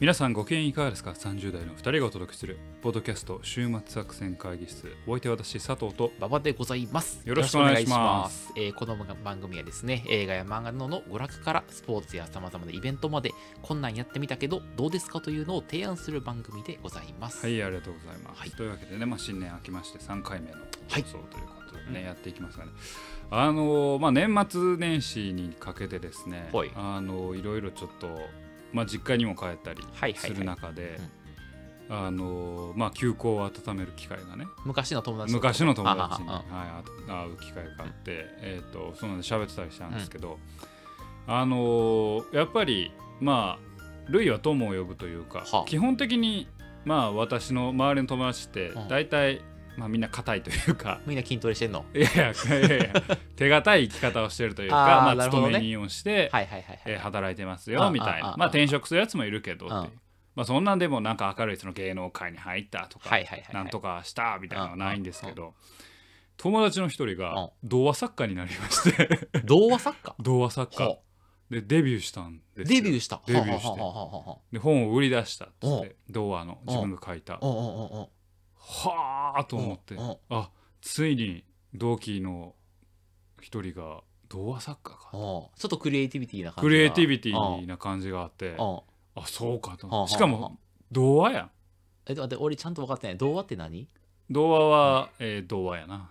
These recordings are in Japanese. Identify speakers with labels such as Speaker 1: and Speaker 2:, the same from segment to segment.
Speaker 1: 皆さんご機嫌いかがですか ?30 代の2人がお届けする、ポッドキャスト週末作戦会議室、お相手は私、佐藤と、
Speaker 2: 馬場でございます。。
Speaker 1: よろしくお願いします
Speaker 2: えーこの番組はですね、映画や漫画などの娯楽からスポーツやさまざまなイベントまで、こんなんやってみたけど、どうですかというのを提案する番組でございます。
Speaker 1: はい、ありがとうございます。
Speaker 2: はい
Speaker 1: というわけでね、まあ、新年明けまして3回目の
Speaker 2: はい
Speaker 1: 放送ということでね、
Speaker 2: うん
Speaker 1: やっていきますがね、あのーまあ、年末年始にかけてですね、
Speaker 2: はい
Speaker 1: あのーいろいろちょっと、まあ、実家にも帰ったり
Speaker 2: はいはい
Speaker 1: する中で
Speaker 2: うん、
Speaker 1: あのーまあ、休校を温める機会がね、
Speaker 2: 昔の友達とか
Speaker 1: 昔の友達に、
Speaker 2: ああ
Speaker 1: はい、
Speaker 2: あ
Speaker 1: あ会う機会があって、えー、とその喋ってたりしたんですけど、あのーやっぱりまあ類は友を呼ぶというか、
Speaker 2: はあ
Speaker 1: 基本的にまあ私の周りの友達って
Speaker 2: うん
Speaker 1: 大体、まあ、みんな硬いというか。
Speaker 2: みんな筋トレしてんの。
Speaker 1: いやいやいやいや手堅い生き方をしてるというか
Speaker 2: あー
Speaker 1: ま
Speaker 2: な
Speaker 1: あ、
Speaker 2: るほど
Speaker 1: 勤
Speaker 2: ね
Speaker 1: め人をして、
Speaker 2: はいはいはいは
Speaker 1: え
Speaker 2: い。
Speaker 1: ー働いてます
Speaker 2: あ
Speaker 1: よ
Speaker 2: あ
Speaker 1: みたい
Speaker 2: あ
Speaker 1: な
Speaker 2: あ
Speaker 1: まあ
Speaker 2: あ
Speaker 1: 転職するやつもいるけどっていう
Speaker 2: うん
Speaker 1: まあ、そんなんでもなんか明るいその芸能界に入ったとか、
Speaker 2: はいはいはいはい
Speaker 1: なんとかしたみたいなのはないんですけど、友達の一人
Speaker 2: う
Speaker 1: が
Speaker 2: ん
Speaker 1: 童話作家になりまして
Speaker 2: 童話作家
Speaker 1: 童話作家
Speaker 2: ほ
Speaker 1: でデビューしたん
Speaker 2: う
Speaker 1: です
Speaker 2: デビュー
Speaker 1: し
Speaker 2: した。
Speaker 1: デビューして
Speaker 2: はあはあはあはあはあ
Speaker 1: で本を売り出したっつっ
Speaker 2: お
Speaker 1: て童話の自分が書いた
Speaker 2: うんうんうんうん
Speaker 1: はあと思って
Speaker 2: うんうん
Speaker 1: あついに同期の一人が童話作家か
Speaker 2: ちょっとクリエイティビティな感じ
Speaker 1: クリエイティビテ
Speaker 2: うんう
Speaker 1: ィ
Speaker 2: ん
Speaker 1: な感じがあってあそうかと思っ
Speaker 2: はあはあ
Speaker 1: てしか
Speaker 2: はあ
Speaker 1: も童話やん
Speaker 2: え待って俺ちゃんと分かってない童話って何
Speaker 1: 童話は、えー童話やな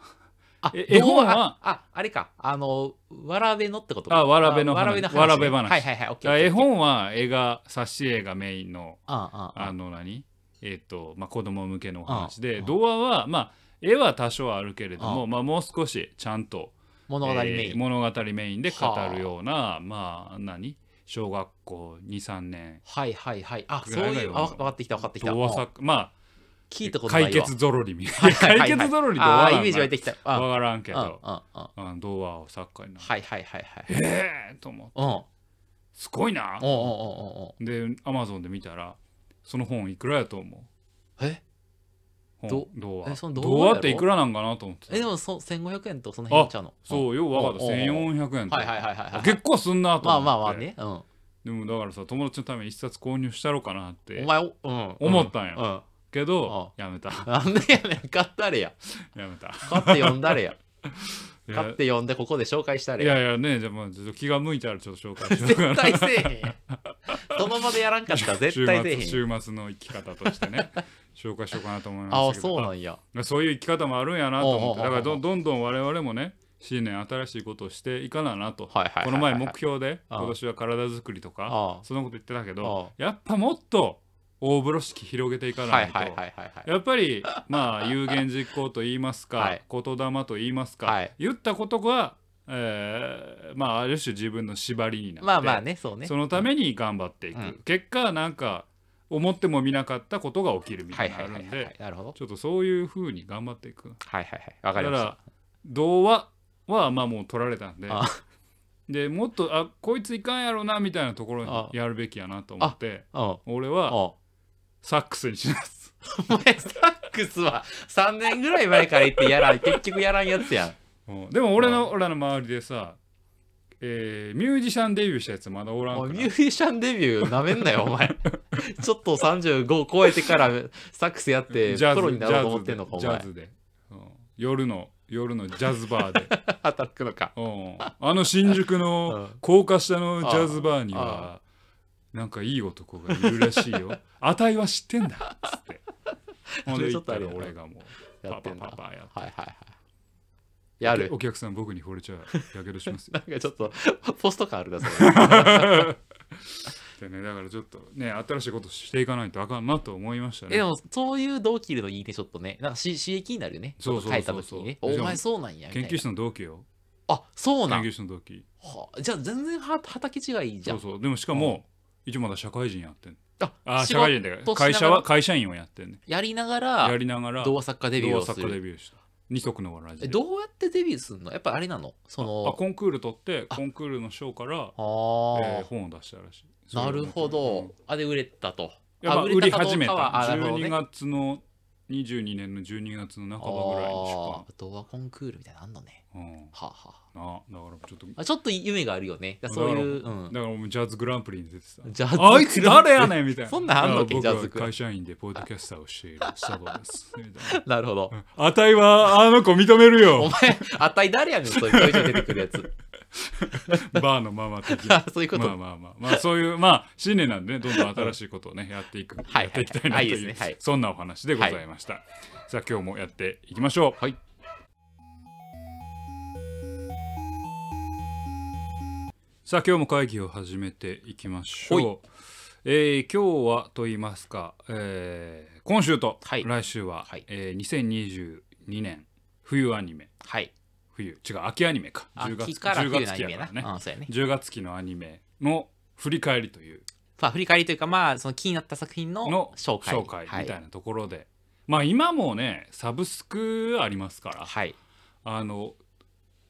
Speaker 2: あ
Speaker 1: え
Speaker 2: 童話
Speaker 1: 絵本は
Speaker 2: ああれかあのわらべのってことか
Speaker 1: あわらべの
Speaker 2: あ
Speaker 1: 話
Speaker 2: わらべの話
Speaker 1: わらべ話
Speaker 2: はいはいはいオッケーオッケー
Speaker 1: 絵
Speaker 2: オッケー
Speaker 1: 本は映画冊子映画メインの
Speaker 2: あああ
Speaker 1: あの何えっ、と、まあ、子供向けのお話
Speaker 2: う
Speaker 1: で
Speaker 2: ん
Speaker 1: 童話はまあ絵は多少あるけれども
Speaker 2: う
Speaker 1: まあ、もう少しちゃんと
Speaker 2: 物語メ
Speaker 1: え
Speaker 2: イ
Speaker 1: ー
Speaker 2: ン、
Speaker 1: 物語メインで語るようなまあ何小学校23年
Speaker 2: はいはいはいあ
Speaker 1: ぐ
Speaker 2: そう
Speaker 1: らいが
Speaker 2: いうあ分かってきた分かってきた
Speaker 1: 童話作ま
Speaker 2: うん聞いた
Speaker 1: あ
Speaker 2: ことないわ
Speaker 1: 解決ぞろりみた
Speaker 2: はいい
Speaker 1: な
Speaker 2: はいはい
Speaker 1: 解決ぞろり童
Speaker 2: あ
Speaker 1: 話
Speaker 2: あ
Speaker 1: なん
Speaker 2: イメージ湧いてきたあ
Speaker 1: わからんけ
Speaker 2: うんうんうん
Speaker 1: ど
Speaker 2: は
Speaker 1: あの童話を作家になって、
Speaker 2: いはいはいはい
Speaker 1: ええー、と思って
Speaker 2: うんお
Speaker 1: すごいな
Speaker 2: うおうおうおう
Speaker 1: でアマゾンで見たらその本いくらやと思う
Speaker 2: え
Speaker 1: 本
Speaker 2: ど
Speaker 1: 童
Speaker 2: え
Speaker 1: 話
Speaker 2: その童話
Speaker 1: 童話っ
Speaker 2: や
Speaker 1: て
Speaker 2: ろ
Speaker 1: いくらなんかなと思ってた
Speaker 2: えでもそ1500円とその辺ちゃうの
Speaker 1: そうよう分かった
Speaker 2: おうおう
Speaker 1: 1400円
Speaker 2: はいはいはいはいはい
Speaker 1: 結構すんなと
Speaker 2: ま
Speaker 1: 思
Speaker 2: あ
Speaker 1: って
Speaker 2: まあまあね、う
Speaker 1: で
Speaker 2: ん、
Speaker 1: もだからさ友達のために一冊購入したろかなっ
Speaker 2: お
Speaker 1: て
Speaker 2: 前お、うん、
Speaker 1: 思ったんよ
Speaker 2: よ、
Speaker 1: けどやめた
Speaker 2: うん、なんでやねん買ったれや
Speaker 1: やめ た
Speaker 2: 買って読んだれや
Speaker 1: いや
Speaker 2: 買って読んでここで紹介した
Speaker 1: い
Speaker 2: れや
Speaker 1: やいやねじゃあまあちょっと気が向いたらちょっと紹介しようか
Speaker 2: 絶
Speaker 1: な
Speaker 2: 対せえへんやんその場でやらんかったら 絶対せえへ
Speaker 1: 週末
Speaker 2: んやん
Speaker 1: 週末の生き方として ね紹介しようかなと思いま
Speaker 2: ああ
Speaker 1: したけど
Speaker 2: そうなんや
Speaker 1: まあそういう生き方もあるんやなと思って
Speaker 2: お
Speaker 1: だ
Speaker 2: うおうおうおう
Speaker 1: からどどんどん我々もね新年新しいことをしていかななと、
Speaker 2: はいはいはいはい
Speaker 1: この前目標で
Speaker 2: ああ
Speaker 1: 今年は体づくりとか
Speaker 2: ああ
Speaker 1: そんなこと言ってたけど
Speaker 2: あ
Speaker 1: やっぱもっと大風呂敷広げていか
Speaker 2: は
Speaker 1: ないいと、
Speaker 2: はいはいはいはい
Speaker 1: やっぱりまあ有言実行と言いますか、
Speaker 2: はい
Speaker 1: 言霊と言いますか、
Speaker 2: はい
Speaker 1: 言ったことが、えーまあある種自分の縛りになって
Speaker 2: まあまあねそうね
Speaker 1: そのために頑張っていく、
Speaker 2: うん
Speaker 1: 結果なんか思ってもみなかったことが起きるみ
Speaker 2: は
Speaker 1: た
Speaker 2: い
Speaker 1: いな
Speaker 2: はい
Speaker 1: のが
Speaker 2: は
Speaker 1: あ
Speaker 2: い
Speaker 1: るん
Speaker 2: はいは
Speaker 1: で
Speaker 2: いなるほど
Speaker 1: ちょっとそういう風に頑張っていく。
Speaker 2: はいはいはいわ
Speaker 1: だ
Speaker 2: かり
Speaker 1: か
Speaker 2: ました
Speaker 1: ら童話はまあもう取られたんで
Speaker 2: あ
Speaker 1: でもっとあこいついかんやろなみたいなところ
Speaker 2: あ
Speaker 1: にやるべきやなと思って
Speaker 2: うん
Speaker 1: 俺
Speaker 2: うん
Speaker 1: は
Speaker 2: お
Speaker 1: サックスにします。
Speaker 2: 前サックスは3年ぐらい前から言ってやらん結局やらんやつ やん
Speaker 1: うんでも俺の俺らの周りでさ、えーミュージシャンデビューしたやつまだおらん
Speaker 2: お
Speaker 1: く
Speaker 2: い
Speaker 1: な
Speaker 2: ミ
Speaker 1: い
Speaker 2: ュージシャンデビューなめんなよお 前ちょっと35超えてからサックスやって
Speaker 1: ジャ
Speaker 2: プロに
Speaker 1: ズ
Speaker 2: なろうと思ってんのかお
Speaker 1: ジャ
Speaker 2: 前
Speaker 1: ズでうん夜の夜のジャズバーで
Speaker 2: 働くのか
Speaker 1: うんあの新宿の
Speaker 2: うん
Speaker 1: 高架下のジャズバーにはなんかいい男がいるらしい よあたいは知ってんだっつってほんで
Speaker 2: ち
Speaker 1: 行
Speaker 2: ょ
Speaker 1: っ
Speaker 2: っと
Speaker 1: た
Speaker 2: あれ
Speaker 1: ら
Speaker 2: やな
Speaker 1: 俺がもう
Speaker 2: や
Speaker 1: パ
Speaker 2: って
Speaker 1: パ
Speaker 2: んだ
Speaker 1: パパやっ
Speaker 2: はいはいはい。や
Speaker 1: て
Speaker 2: る
Speaker 1: お。客さん僕に惚れちゃうやけどし ますよ
Speaker 2: なんかちょ っと、ポスト感あるな、それ。
Speaker 1: でねだからちょっとね新しいことしていかないとあかんなと思いました
Speaker 2: えで
Speaker 1: ね
Speaker 2: も、そういう同期いるのいいね、ちょっとね。なんかし刺激になるよね。
Speaker 1: そうそうそうそう
Speaker 2: ちょっと書いた時にね。
Speaker 1: で
Speaker 2: お
Speaker 1: しかも
Speaker 2: 前そうなんや。みた
Speaker 1: 研
Speaker 2: いな
Speaker 1: 究室の同期よ
Speaker 2: あ、そうな
Speaker 1: 研
Speaker 2: ん。
Speaker 1: 究室の同期
Speaker 2: はあじゃあ、全然は畑違いじゃ
Speaker 1: そ
Speaker 2: ん。
Speaker 1: うそうでもしかも一応まだ社会人やってんあ
Speaker 2: あ、
Speaker 1: ー
Speaker 2: 仕
Speaker 1: 社会人だから
Speaker 2: 事しなが
Speaker 1: 会
Speaker 2: ら
Speaker 1: 社は会社員をやってんね
Speaker 2: やりなが
Speaker 1: や
Speaker 2: ら、
Speaker 1: りながら
Speaker 2: 童話作家デビュー
Speaker 1: 童
Speaker 2: を
Speaker 1: 話
Speaker 2: す
Speaker 1: 作家デ
Speaker 2: る。
Speaker 1: ビューした二足のわら
Speaker 2: え
Speaker 1: じで
Speaker 2: どうやってデビューするのやっぱあれなのそ
Speaker 1: あ
Speaker 2: の、
Speaker 1: コンクール取ってコンクールの賞から、えー
Speaker 2: あ
Speaker 1: 本を出したらしい
Speaker 2: あ、なるほ
Speaker 1: うん
Speaker 2: ど。あ、で、売れたと。
Speaker 1: やっぱ
Speaker 2: あ
Speaker 1: 売り始め
Speaker 2: かどうかは
Speaker 1: た
Speaker 2: あなるほどね
Speaker 1: 12月の22年の12月の
Speaker 2: あ
Speaker 1: 半ばぐらいに
Speaker 2: ードアコンクールみたいなのあんのね。
Speaker 1: 出
Speaker 2: はあ、はあ
Speaker 1: 版、うん、なだからちょっと
Speaker 2: あ、ちょっと夢があるよね。だそういう、う
Speaker 1: だからもうジャズグランプリに出てさ
Speaker 2: ん。ジャ
Speaker 1: あいつ誰や
Speaker 2: ん
Speaker 1: ねんみたいな
Speaker 2: そんなんあんのっけ
Speaker 1: 僕は
Speaker 2: ジャズグラン
Speaker 1: 会社員でポッドキャスターをしている佐藤ですみたいな
Speaker 2: なるほど。
Speaker 1: あたいはあの子認める
Speaker 2: お
Speaker 1: よ
Speaker 2: 前、あたい誰やねん、そういうちょいちょい出てくるやつ。
Speaker 1: バーのママ的な
Speaker 2: そういうこと
Speaker 1: まあまあまあまあそういうまあ新年なんでねどんどん新しいことを ねやっていく
Speaker 2: はいはい
Speaker 1: やっていきたいなと
Speaker 2: あいい
Speaker 1: い
Speaker 2: で
Speaker 1: う
Speaker 2: すねはい
Speaker 1: そんなお話でございました、さあ今日もやっていきましょう
Speaker 2: はい
Speaker 1: さあ今日も会議を始めていきましょう、
Speaker 2: ほ
Speaker 1: えー今日はと言いますか、えー今週と
Speaker 2: はい
Speaker 1: 来週は、
Speaker 2: はい
Speaker 1: えー2022年冬アニメ
Speaker 2: はい。
Speaker 1: 冬違う秋アニメか10月
Speaker 2: 秋から冬のア
Speaker 1: 10月期
Speaker 2: ニ
Speaker 1: や
Speaker 2: メ
Speaker 1: か
Speaker 2: な
Speaker 1: ら。ね、
Speaker 2: うん、そうやね。
Speaker 1: 10月期のアニメの振り返りという
Speaker 2: まあ、振り返りというか、まあ、その気になった作品の
Speaker 1: の
Speaker 2: 紹介。
Speaker 1: 紹介みたい
Speaker 2: は
Speaker 1: なところで、まあ今もねサブスクありますから、
Speaker 2: はい。
Speaker 1: あの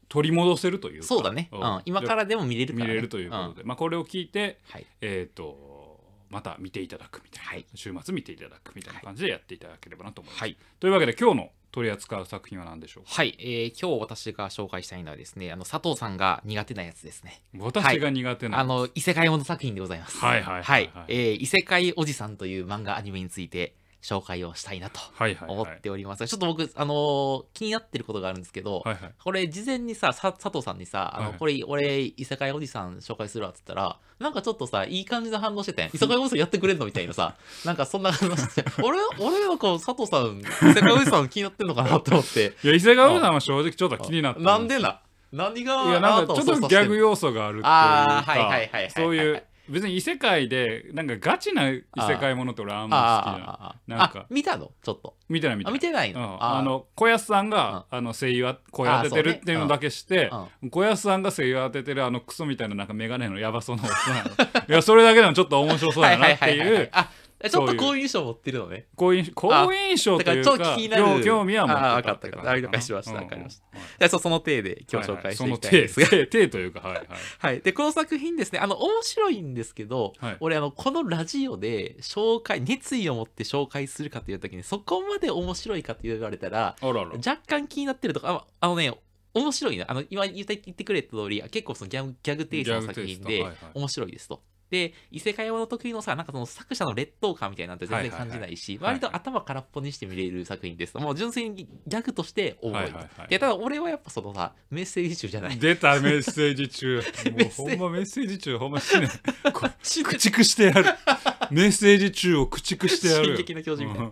Speaker 1: 取り戻せるというか
Speaker 2: そうだね。うん。今からでも見れるから、
Speaker 1: 見
Speaker 2: ね。
Speaker 1: れるということ
Speaker 2: ん
Speaker 1: で、まあこれを聞いて
Speaker 2: はい。
Speaker 1: えっ、とまた見ていただくみたいな、
Speaker 2: はい
Speaker 1: 週末見ていただくみたいな感じでやっていただければなと思います。
Speaker 2: はい。
Speaker 1: というわけで今日の取り扱う作品は何でしょうか
Speaker 2: はい。えー今日私が紹介したいのはですね、あの、佐藤さんが苦手なやつですね。
Speaker 1: 私が苦手な、
Speaker 2: あの、異世界もの作品でございます。
Speaker 1: はいはい
Speaker 2: は
Speaker 1: はい
Speaker 2: い。えー異世界おじさんという漫画アニメについて紹介をしたいなと
Speaker 1: はいはい
Speaker 2: 思
Speaker 1: は
Speaker 2: っ
Speaker 1: い
Speaker 2: ております。ちょっと僕、あのー気になってることがあるんですけど、
Speaker 1: はいはい
Speaker 2: これ事前にささ佐藤さんにさ「あの
Speaker 1: はい
Speaker 2: これ俺異世界おじさん紹介するわ」っつったらなんかちょっとさいい感じの反応し てたやん異世界おじさんやってくれんのみたいなさなんかそんな反応してて 俺俺なんか佐藤さん異世界おじさん気になってんのかなって思って
Speaker 1: いや伊勢川さんは正直ちょっと気になって
Speaker 2: なんでな何が
Speaker 1: いやなんかちょっとギャグ
Speaker 2: よ
Speaker 1: 要素があるっていう
Speaker 2: あーはいはいはいはいはいは
Speaker 1: か
Speaker 2: い
Speaker 1: そういう別に異世界でなんかガチな異世界ものって俺あんま
Speaker 2: あーあーあー
Speaker 1: ななんか
Speaker 2: あ見たのちょっと
Speaker 1: 好きじゃない見てない見てない
Speaker 2: あ見てない
Speaker 1: うん
Speaker 2: の
Speaker 1: あの小安さんがあの声優あ声当ててるっていうのだけして
Speaker 2: あーそうね
Speaker 1: 小安さんが声優当ててるあのクソみたいななんか眼鏡のやばそうなおっさんいやそれだけでもちょっと面白そうだなっていう
Speaker 2: あちょっ
Speaker 1: そう
Speaker 2: と
Speaker 1: いう
Speaker 2: 好印象持ってるのね
Speaker 1: 好印好印象
Speaker 2: だ
Speaker 1: と
Speaker 2: か
Speaker 1: い
Speaker 2: ら
Speaker 1: う
Speaker 2: ちょ
Speaker 1: か
Speaker 2: っと気になる
Speaker 1: 興興味は持
Speaker 2: あーわ
Speaker 1: っ
Speaker 2: か
Speaker 1: て
Speaker 2: った
Speaker 1: た
Speaker 2: わ
Speaker 1: て
Speaker 2: か
Speaker 1: 感
Speaker 2: っ
Speaker 1: じ
Speaker 2: た
Speaker 1: な
Speaker 2: あ了解しました
Speaker 1: うんうん
Speaker 2: わかりました
Speaker 1: はい
Speaker 2: じゃあそうその体で今日紹介していきたいんですが、
Speaker 1: はいはいその手手というかはいはい
Speaker 2: はい、でこの作品ですねあの面白いんですけど、
Speaker 1: はい
Speaker 2: 俺あのこのラジオで紹介熱意を持って紹介するかという時にそこまで面白いかと言われたら
Speaker 1: あらら
Speaker 2: 若干気になってるとかああのね面白いなあの今言った言ってくれた通り結構そのギャグギャグテイストの作品
Speaker 1: ギャ
Speaker 2: で
Speaker 1: グテイストはいはい
Speaker 2: 面白いですと。で異世界もの得意のさなんかその作者の劣等感みたいなんて全然感じないし、
Speaker 1: はいはいはい
Speaker 2: 割と頭空っぽにして見れる作品ですもう純粋にギャグとして重い,、
Speaker 1: はいはいはい
Speaker 2: でただ俺はやっぱそのさメッセージ集じゃない
Speaker 1: 出たメッセージ中
Speaker 2: メ
Speaker 1: も
Speaker 2: ッ
Speaker 1: う
Speaker 2: セ
Speaker 1: ほ
Speaker 2: ージ
Speaker 1: んまメッセージ中ほんま死ねこう駆逐してやるメッセージ中を駆逐してやる
Speaker 2: 進撃の巨人みたいな
Speaker 1: うん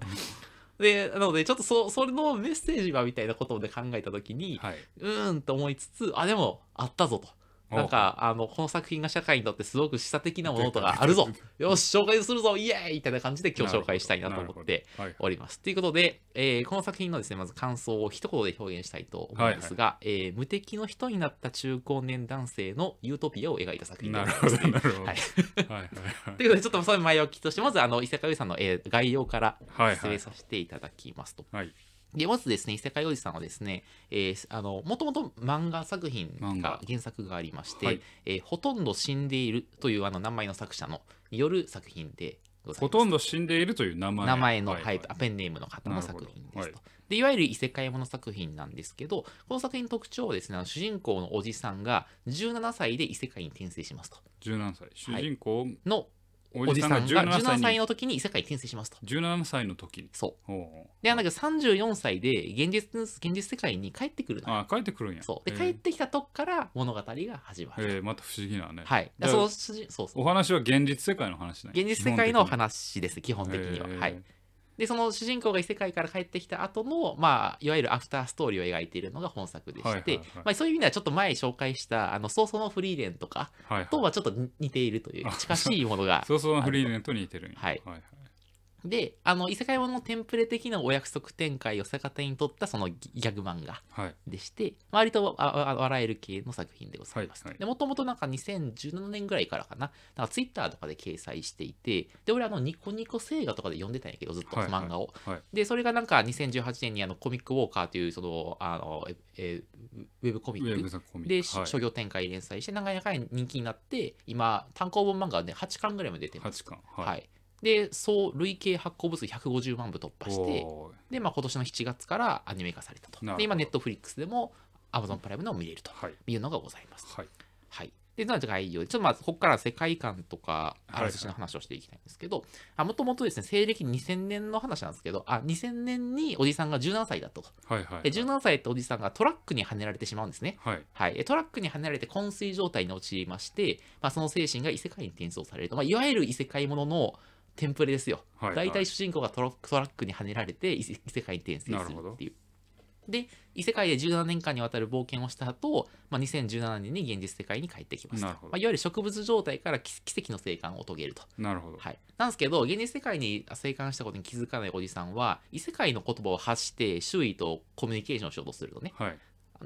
Speaker 2: で、なので、ちょっとそ、それのメッセージはみたいなことで考えたときに、
Speaker 1: はいう
Speaker 2: ーんと思いつつ、あ、でも、あったぞと。
Speaker 1: お
Speaker 2: なんか、あの、この作品が社会にとってすごく示唆的なものとかあ るぞ
Speaker 1: 出。
Speaker 2: よし、紹介するぞ、イエーイみたいな感じで今日紹介したいなと
Speaker 1: るほ
Speaker 2: 思っ
Speaker 1: どな
Speaker 2: て
Speaker 1: るほどはい
Speaker 2: おります。ということで、えーこの作品のですね、まず感想を一言で表現したいと思うんですが、えー無敵の人になった中高年男性のユートピアを描いた作品で
Speaker 1: な
Speaker 2: ご
Speaker 1: る
Speaker 2: ざい
Speaker 1: ほ
Speaker 2: ます
Speaker 1: どなるほど
Speaker 2: は
Speaker 1: はいいはい
Speaker 2: ということで、ちょっとそれ前置きとして、まず、あの、伊勢海さんの、えー概要から
Speaker 1: はい
Speaker 2: 説明させていただきますと。
Speaker 1: はい
Speaker 2: で、まずですね、異世界おじさんはですね、えーあの、もともと漫画作品
Speaker 1: 漫
Speaker 2: が
Speaker 1: 画
Speaker 2: 原作がありまして、
Speaker 1: はい
Speaker 2: えーほとんど死んでいるというあの名前の作者のによる作品でございます。
Speaker 1: ほとんど死んでいるという名前
Speaker 2: 名前の、はい
Speaker 1: はい
Speaker 2: ペンネームの方の作品で
Speaker 1: な
Speaker 2: す
Speaker 1: る
Speaker 2: と
Speaker 1: ほ。
Speaker 2: でいわゆる異世界もの作品なんですけど、この作品の特徴はですね、あの主人公のおじさんが17歳で異世界に転生しますと。
Speaker 1: 17歳主人公
Speaker 2: の
Speaker 1: お
Speaker 2: お
Speaker 1: じ
Speaker 2: じ
Speaker 1: さ
Speaker 2: さ
Speaker 1: ん
Speaker 2: ん
Speaker 1: が
Speaker 2: が
Speaker 1: 17
Speaker 2: 17
Speaker 1: 歳
Speaker 2: 歳
Speaker 1: に
Speaker 2: の時に異世界に転生しますと。
Speaker 1: 17歳の時に
Speaker 2: そう。
Speaker 1: ほう
Speaker 2: で、なんか34歳で現実現実世界に帰ってくるのよ
Speaker 1: あ帰ってくるんや
Speaker 2: そう。で、
Speaker 1: えー
Speaker 2: 帰ってきたとこから物語が始ま
Speaker 1: え
Speaker 2: る。
Speaker 1: ーまた不思議なね
Speaker 2: はい。だ
Speaker 1: じゃあ
Speaker 2: その主人そうそう。
Speaker 1: お話は現実世界の話ね
Speaker 2: 現実世界の
Speaker 1: 基
Speaker 2: 話です、基本
Speaker 1: 本
Speaker 2: 的
Speaker 1: 的
Speaker 2: には。
Speaker 1: えー
Speaker 2: はい。で、その主人公が異世界から帰ってきた後の、まあ、いわゆるアフターストーリーを描いているのが本作で
Speaker 1: はい
Speaker 2: し
Speaker 1: はい
Speaker 2: て
Speaker 1: はい、
Speaker 2: まあ、そういう意味ではちょっと前紹介した、あの、早々のフリーレンとか
Speaker 1: はいはい
Speaker 2: とはちょっと似ているという、
Speaker 1: あ
Speaker 2: 近しいものが。
Speaker 1: そうそうフリーレンと似てるんや
Speaker 2: はい
Speaker 1: はい
Speaker 2: で、あの、異世界もののテンプレ的なお約束展開を逆手に取った、そのギャグ漫画。
Speaker 1: はい
Speaker 2: でして、割とああ笑える系の作品でございます。
Speaker 1: はいはい
Speaker 2: でもともとなんか2017年ぐらいからかな、なんかツイッターとかで掲載していて、で、俺あのニコニコ星画とかで読んでたんやけど、ずっと
Speaker 1: はいはい
Speaker 2: 漫画を。
Speaker 1: はい
Speaker 2: で、それがなんか2018年にあのコミックウォーカーという、その、あの、ええウェブコミ
Speaker 1: ウェ
Speaker 2: ッ
Speaker 1: ブ
Speaker 2: ク。
Speaker 1: ザコミック
Speaker 2: で、
Speaker 1: はい
Speaker 2: 商業展開連載して、長い長い人気になって、今、単行本漫画はね、8巻ぐらいまで出てます。
Speaker 1: 八巻
Speaker 2: はい、で総累計発行部数150万部突破して
Speaker 1: おー
Speaker 2: で、まあ、今年の7月からアニメ化されたと
Speaker 1: なるほど
Speaker 2: で今ネットフリックスでも Amazon プライムでも見れると
Speaker 1: はい
Speaker 2: いうのがございます
Speaker 1: はい
Speaker 2: はい。で、なんと概要で、ちょっとまず、ここから世界観とか、
Speaker 1: はい
Speaker 2: あらすじの話をしていきたいんですけど、あもともとですね、西暦2000年の話なんですけど、あ、2000年におじさんが17歳だったと。
Speaker 1: はいはい
Speaker 2: で、17歳っておじさんがトラックにはねられてしまうんですね。
Speaker 1: はい
Speaker 2: はい。えトラックにはねられて昏睡状態に陥りまして、まあ、その精神が異世界に転送されると、まあ、いわゆる異世界もののテンプレですよ。
Speaker 1: はいはい
Speaker 2: 大体主人公がトラックトラックにはねられて異世異世界に転生
Speaker 1: な
Speaker 2: す
Speaker 1: るほ
Speaker 2: る
Speaker 1: ど
Speaker 2: っていう。で異世界で17年間にわたる冒険をした後、まあ2017年に現実世界に帰ってきますと
Speaker 1: なる
Speaker 2: ま
Speaker 1: ほど
Speaker 2: あ、いわゆる植物状態から奇奇跡の生還を遂げると、
Speaker 1: なるほど
Speaker 2: はい、なんですけど現実世界に生還したことに気づかないおじさんは異世界の言葉を発して周囲とコミュニケーションをしようとするのね
Speaker 1: はい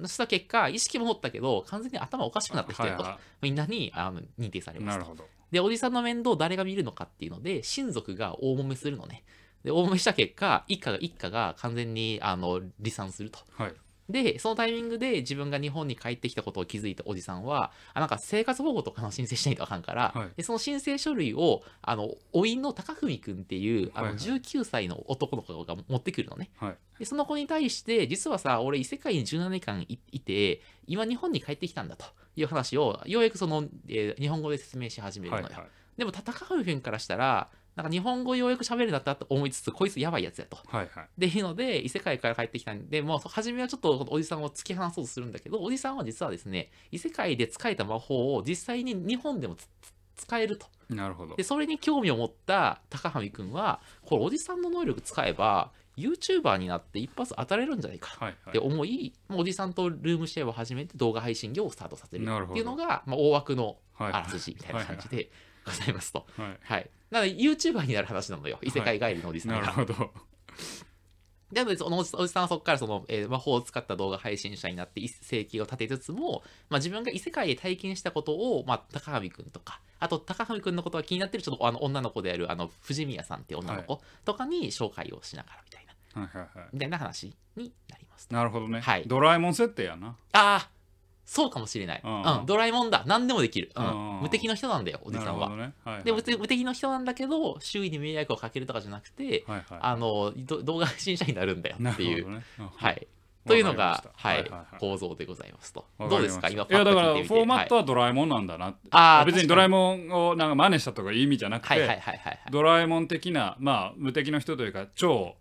Speaker 2: そした結果意識戻ったけど完全に頭おかしくなった人やと、
Speaker 1: は
Speaker 2: みんなにあの認定され
Speaker 1: い
Speaker 2: ま
Speaker 1: な
Speaker 2: す
Speaker 1: る
Speaker 2: と
Speaker 1: ほど
Speaker 2: で、おじさんの面倒を誰が見るのかっていうので、親族が大揉めするのね。で、大揉めした結果、一家が一家が完全にあの離散すると。
Speaker 1: はい
Speaker 2: で、そのタイミングで自分が日本に帰ってきたことを気づいたおじさんは、あなんか生活保護とかの申請しないとあかんから、
Speaker 1: はい
Speaker 2: でその申請書類を、あの、おいの高文くんっていう、
Speaker 1: は
Speaker 2: あの、
Speaker 1: いはい
Speaker 2: 19歳の男の子が持ってくるのね。
Speaker 1: はい
Speaker 2: で、その子に対して、実はさ、俺異世界に17年間いいて、今日本に帰ってきたんだという話を、ようやくその、えー日本語で説明し始める
Speaker 1: は
Speaker 2: の
Speaker 1: い
Speaker 2: よ。
Speaker 1: はい
Speaker 2: でも戦う君からしたら、なんか日本語ようやく喋るなって思いつつ、こいつやばいやつやと。
Speaker 1: はいはい
Speaker 2: で、いうので、異世界から帰ってきたんで、もう初めはちょっとこのおじさんを突き放そうとするんだけど、おじさんは実はですね、異世界で使えた魔法を実際に日本でもつつ使えると。
Speaker 1: なるほど
Speaker 2: で、それに興味を持った高文君は、これおじさんの能力使えば、YouTuber になって一発当たれるんじゃないか。
Speaker 1: はい
Speaker 2: っ
Speaker 1: は
Speaker 2: て
Speaker 1: い
Speaker 2: 思い、もうおじさんとルームシェアを始めて動画配信業をスタートさせる
Speaker 1: なる
Speaker 2: っ
Speaker 1: ほ
Speaker 2: て
Speaker 1: ど
Speaker 2: いうのが、まあ、大枠の
Speaker 1: はい
Speaker 2: あらすじみたいな感じでございますと。
Speaker 1: はい
Speaker 2: はい。なので、YouTuber になる話なのよ。異世界帰りのおじさん
Speaker 1: な
Speaker 2: が。
Speaker 1: るほど
Speaker 2: なので、そのおじおじさんはそこからその、えー魔法を使った動画配信者になって、一世紀を立てつつも、まあ、自分が異世界で体験したことを、まあ、高萩くんとか、あと、高萩くんのことが気になってる、ちょっとあの女の子である、あの、藤宮さんっていう女の子とかに紹介をしながらみたいな、
Speaker 1: はいはいはい
Speaker 2: みたいな話になります。
Speaker 1: なるほどね
Speaker 2: はい
Speaker 1: ドラえもん設定やな
Speaker 2: ああそうかもしれない。
Speaker 1: うん
Speaker 2: うん、ドラえもんだ。何でもできる。う
Speaker 1: うん
Speaker 2: ん、無敵の人なんだよ、おじさん
Speaker 1: なる
Speaker 2: は
Speaker 1: ほ。どねはいはい
Speaker 2: で無敵無敵の人なんだけど周囲に迷惑をかけるとかじゃなくて、
Speaker 1: はいはい
Speaker 2: あのど動画配信者になるんだよ
Speaker 1: な
Speaker 2: ってい
Speaker 1: る
Speaker 2: う、
Speaker 1: ほどねうん
Speaker 2: はい、というの
Speaker 1: わか、り
Speaker 2: が
Speaker 1: ました
Speaker 2: はい
Speaker 1: はいはいはい
Speaker 2: 構造でございますと
Speaker 1: わ
Speaker 2: どう
Speaker 1: り
Speaker 2: で
Speaker 1: まし
Speaker 2: す
Speaker 1: た
Speaker 2: か今
Speaker 1: いやだから
Speaker 2: パッと聞いてみて
Speaker 1: フォーマット
Speaker 2: はい
Speaker 1: はドラえもんなんだなって
Speaker 2: あー
Speaker 1: 別にドラえ
Speaker 2: も
Speaker 1: もんをなんか真似したとかいい意味じゃなく
Speaker 2: はいはい
Speaker 1: て
Speaker 2: はいはいはい
Speaker 1: ドラえもん的なまあ無敵の人というか 超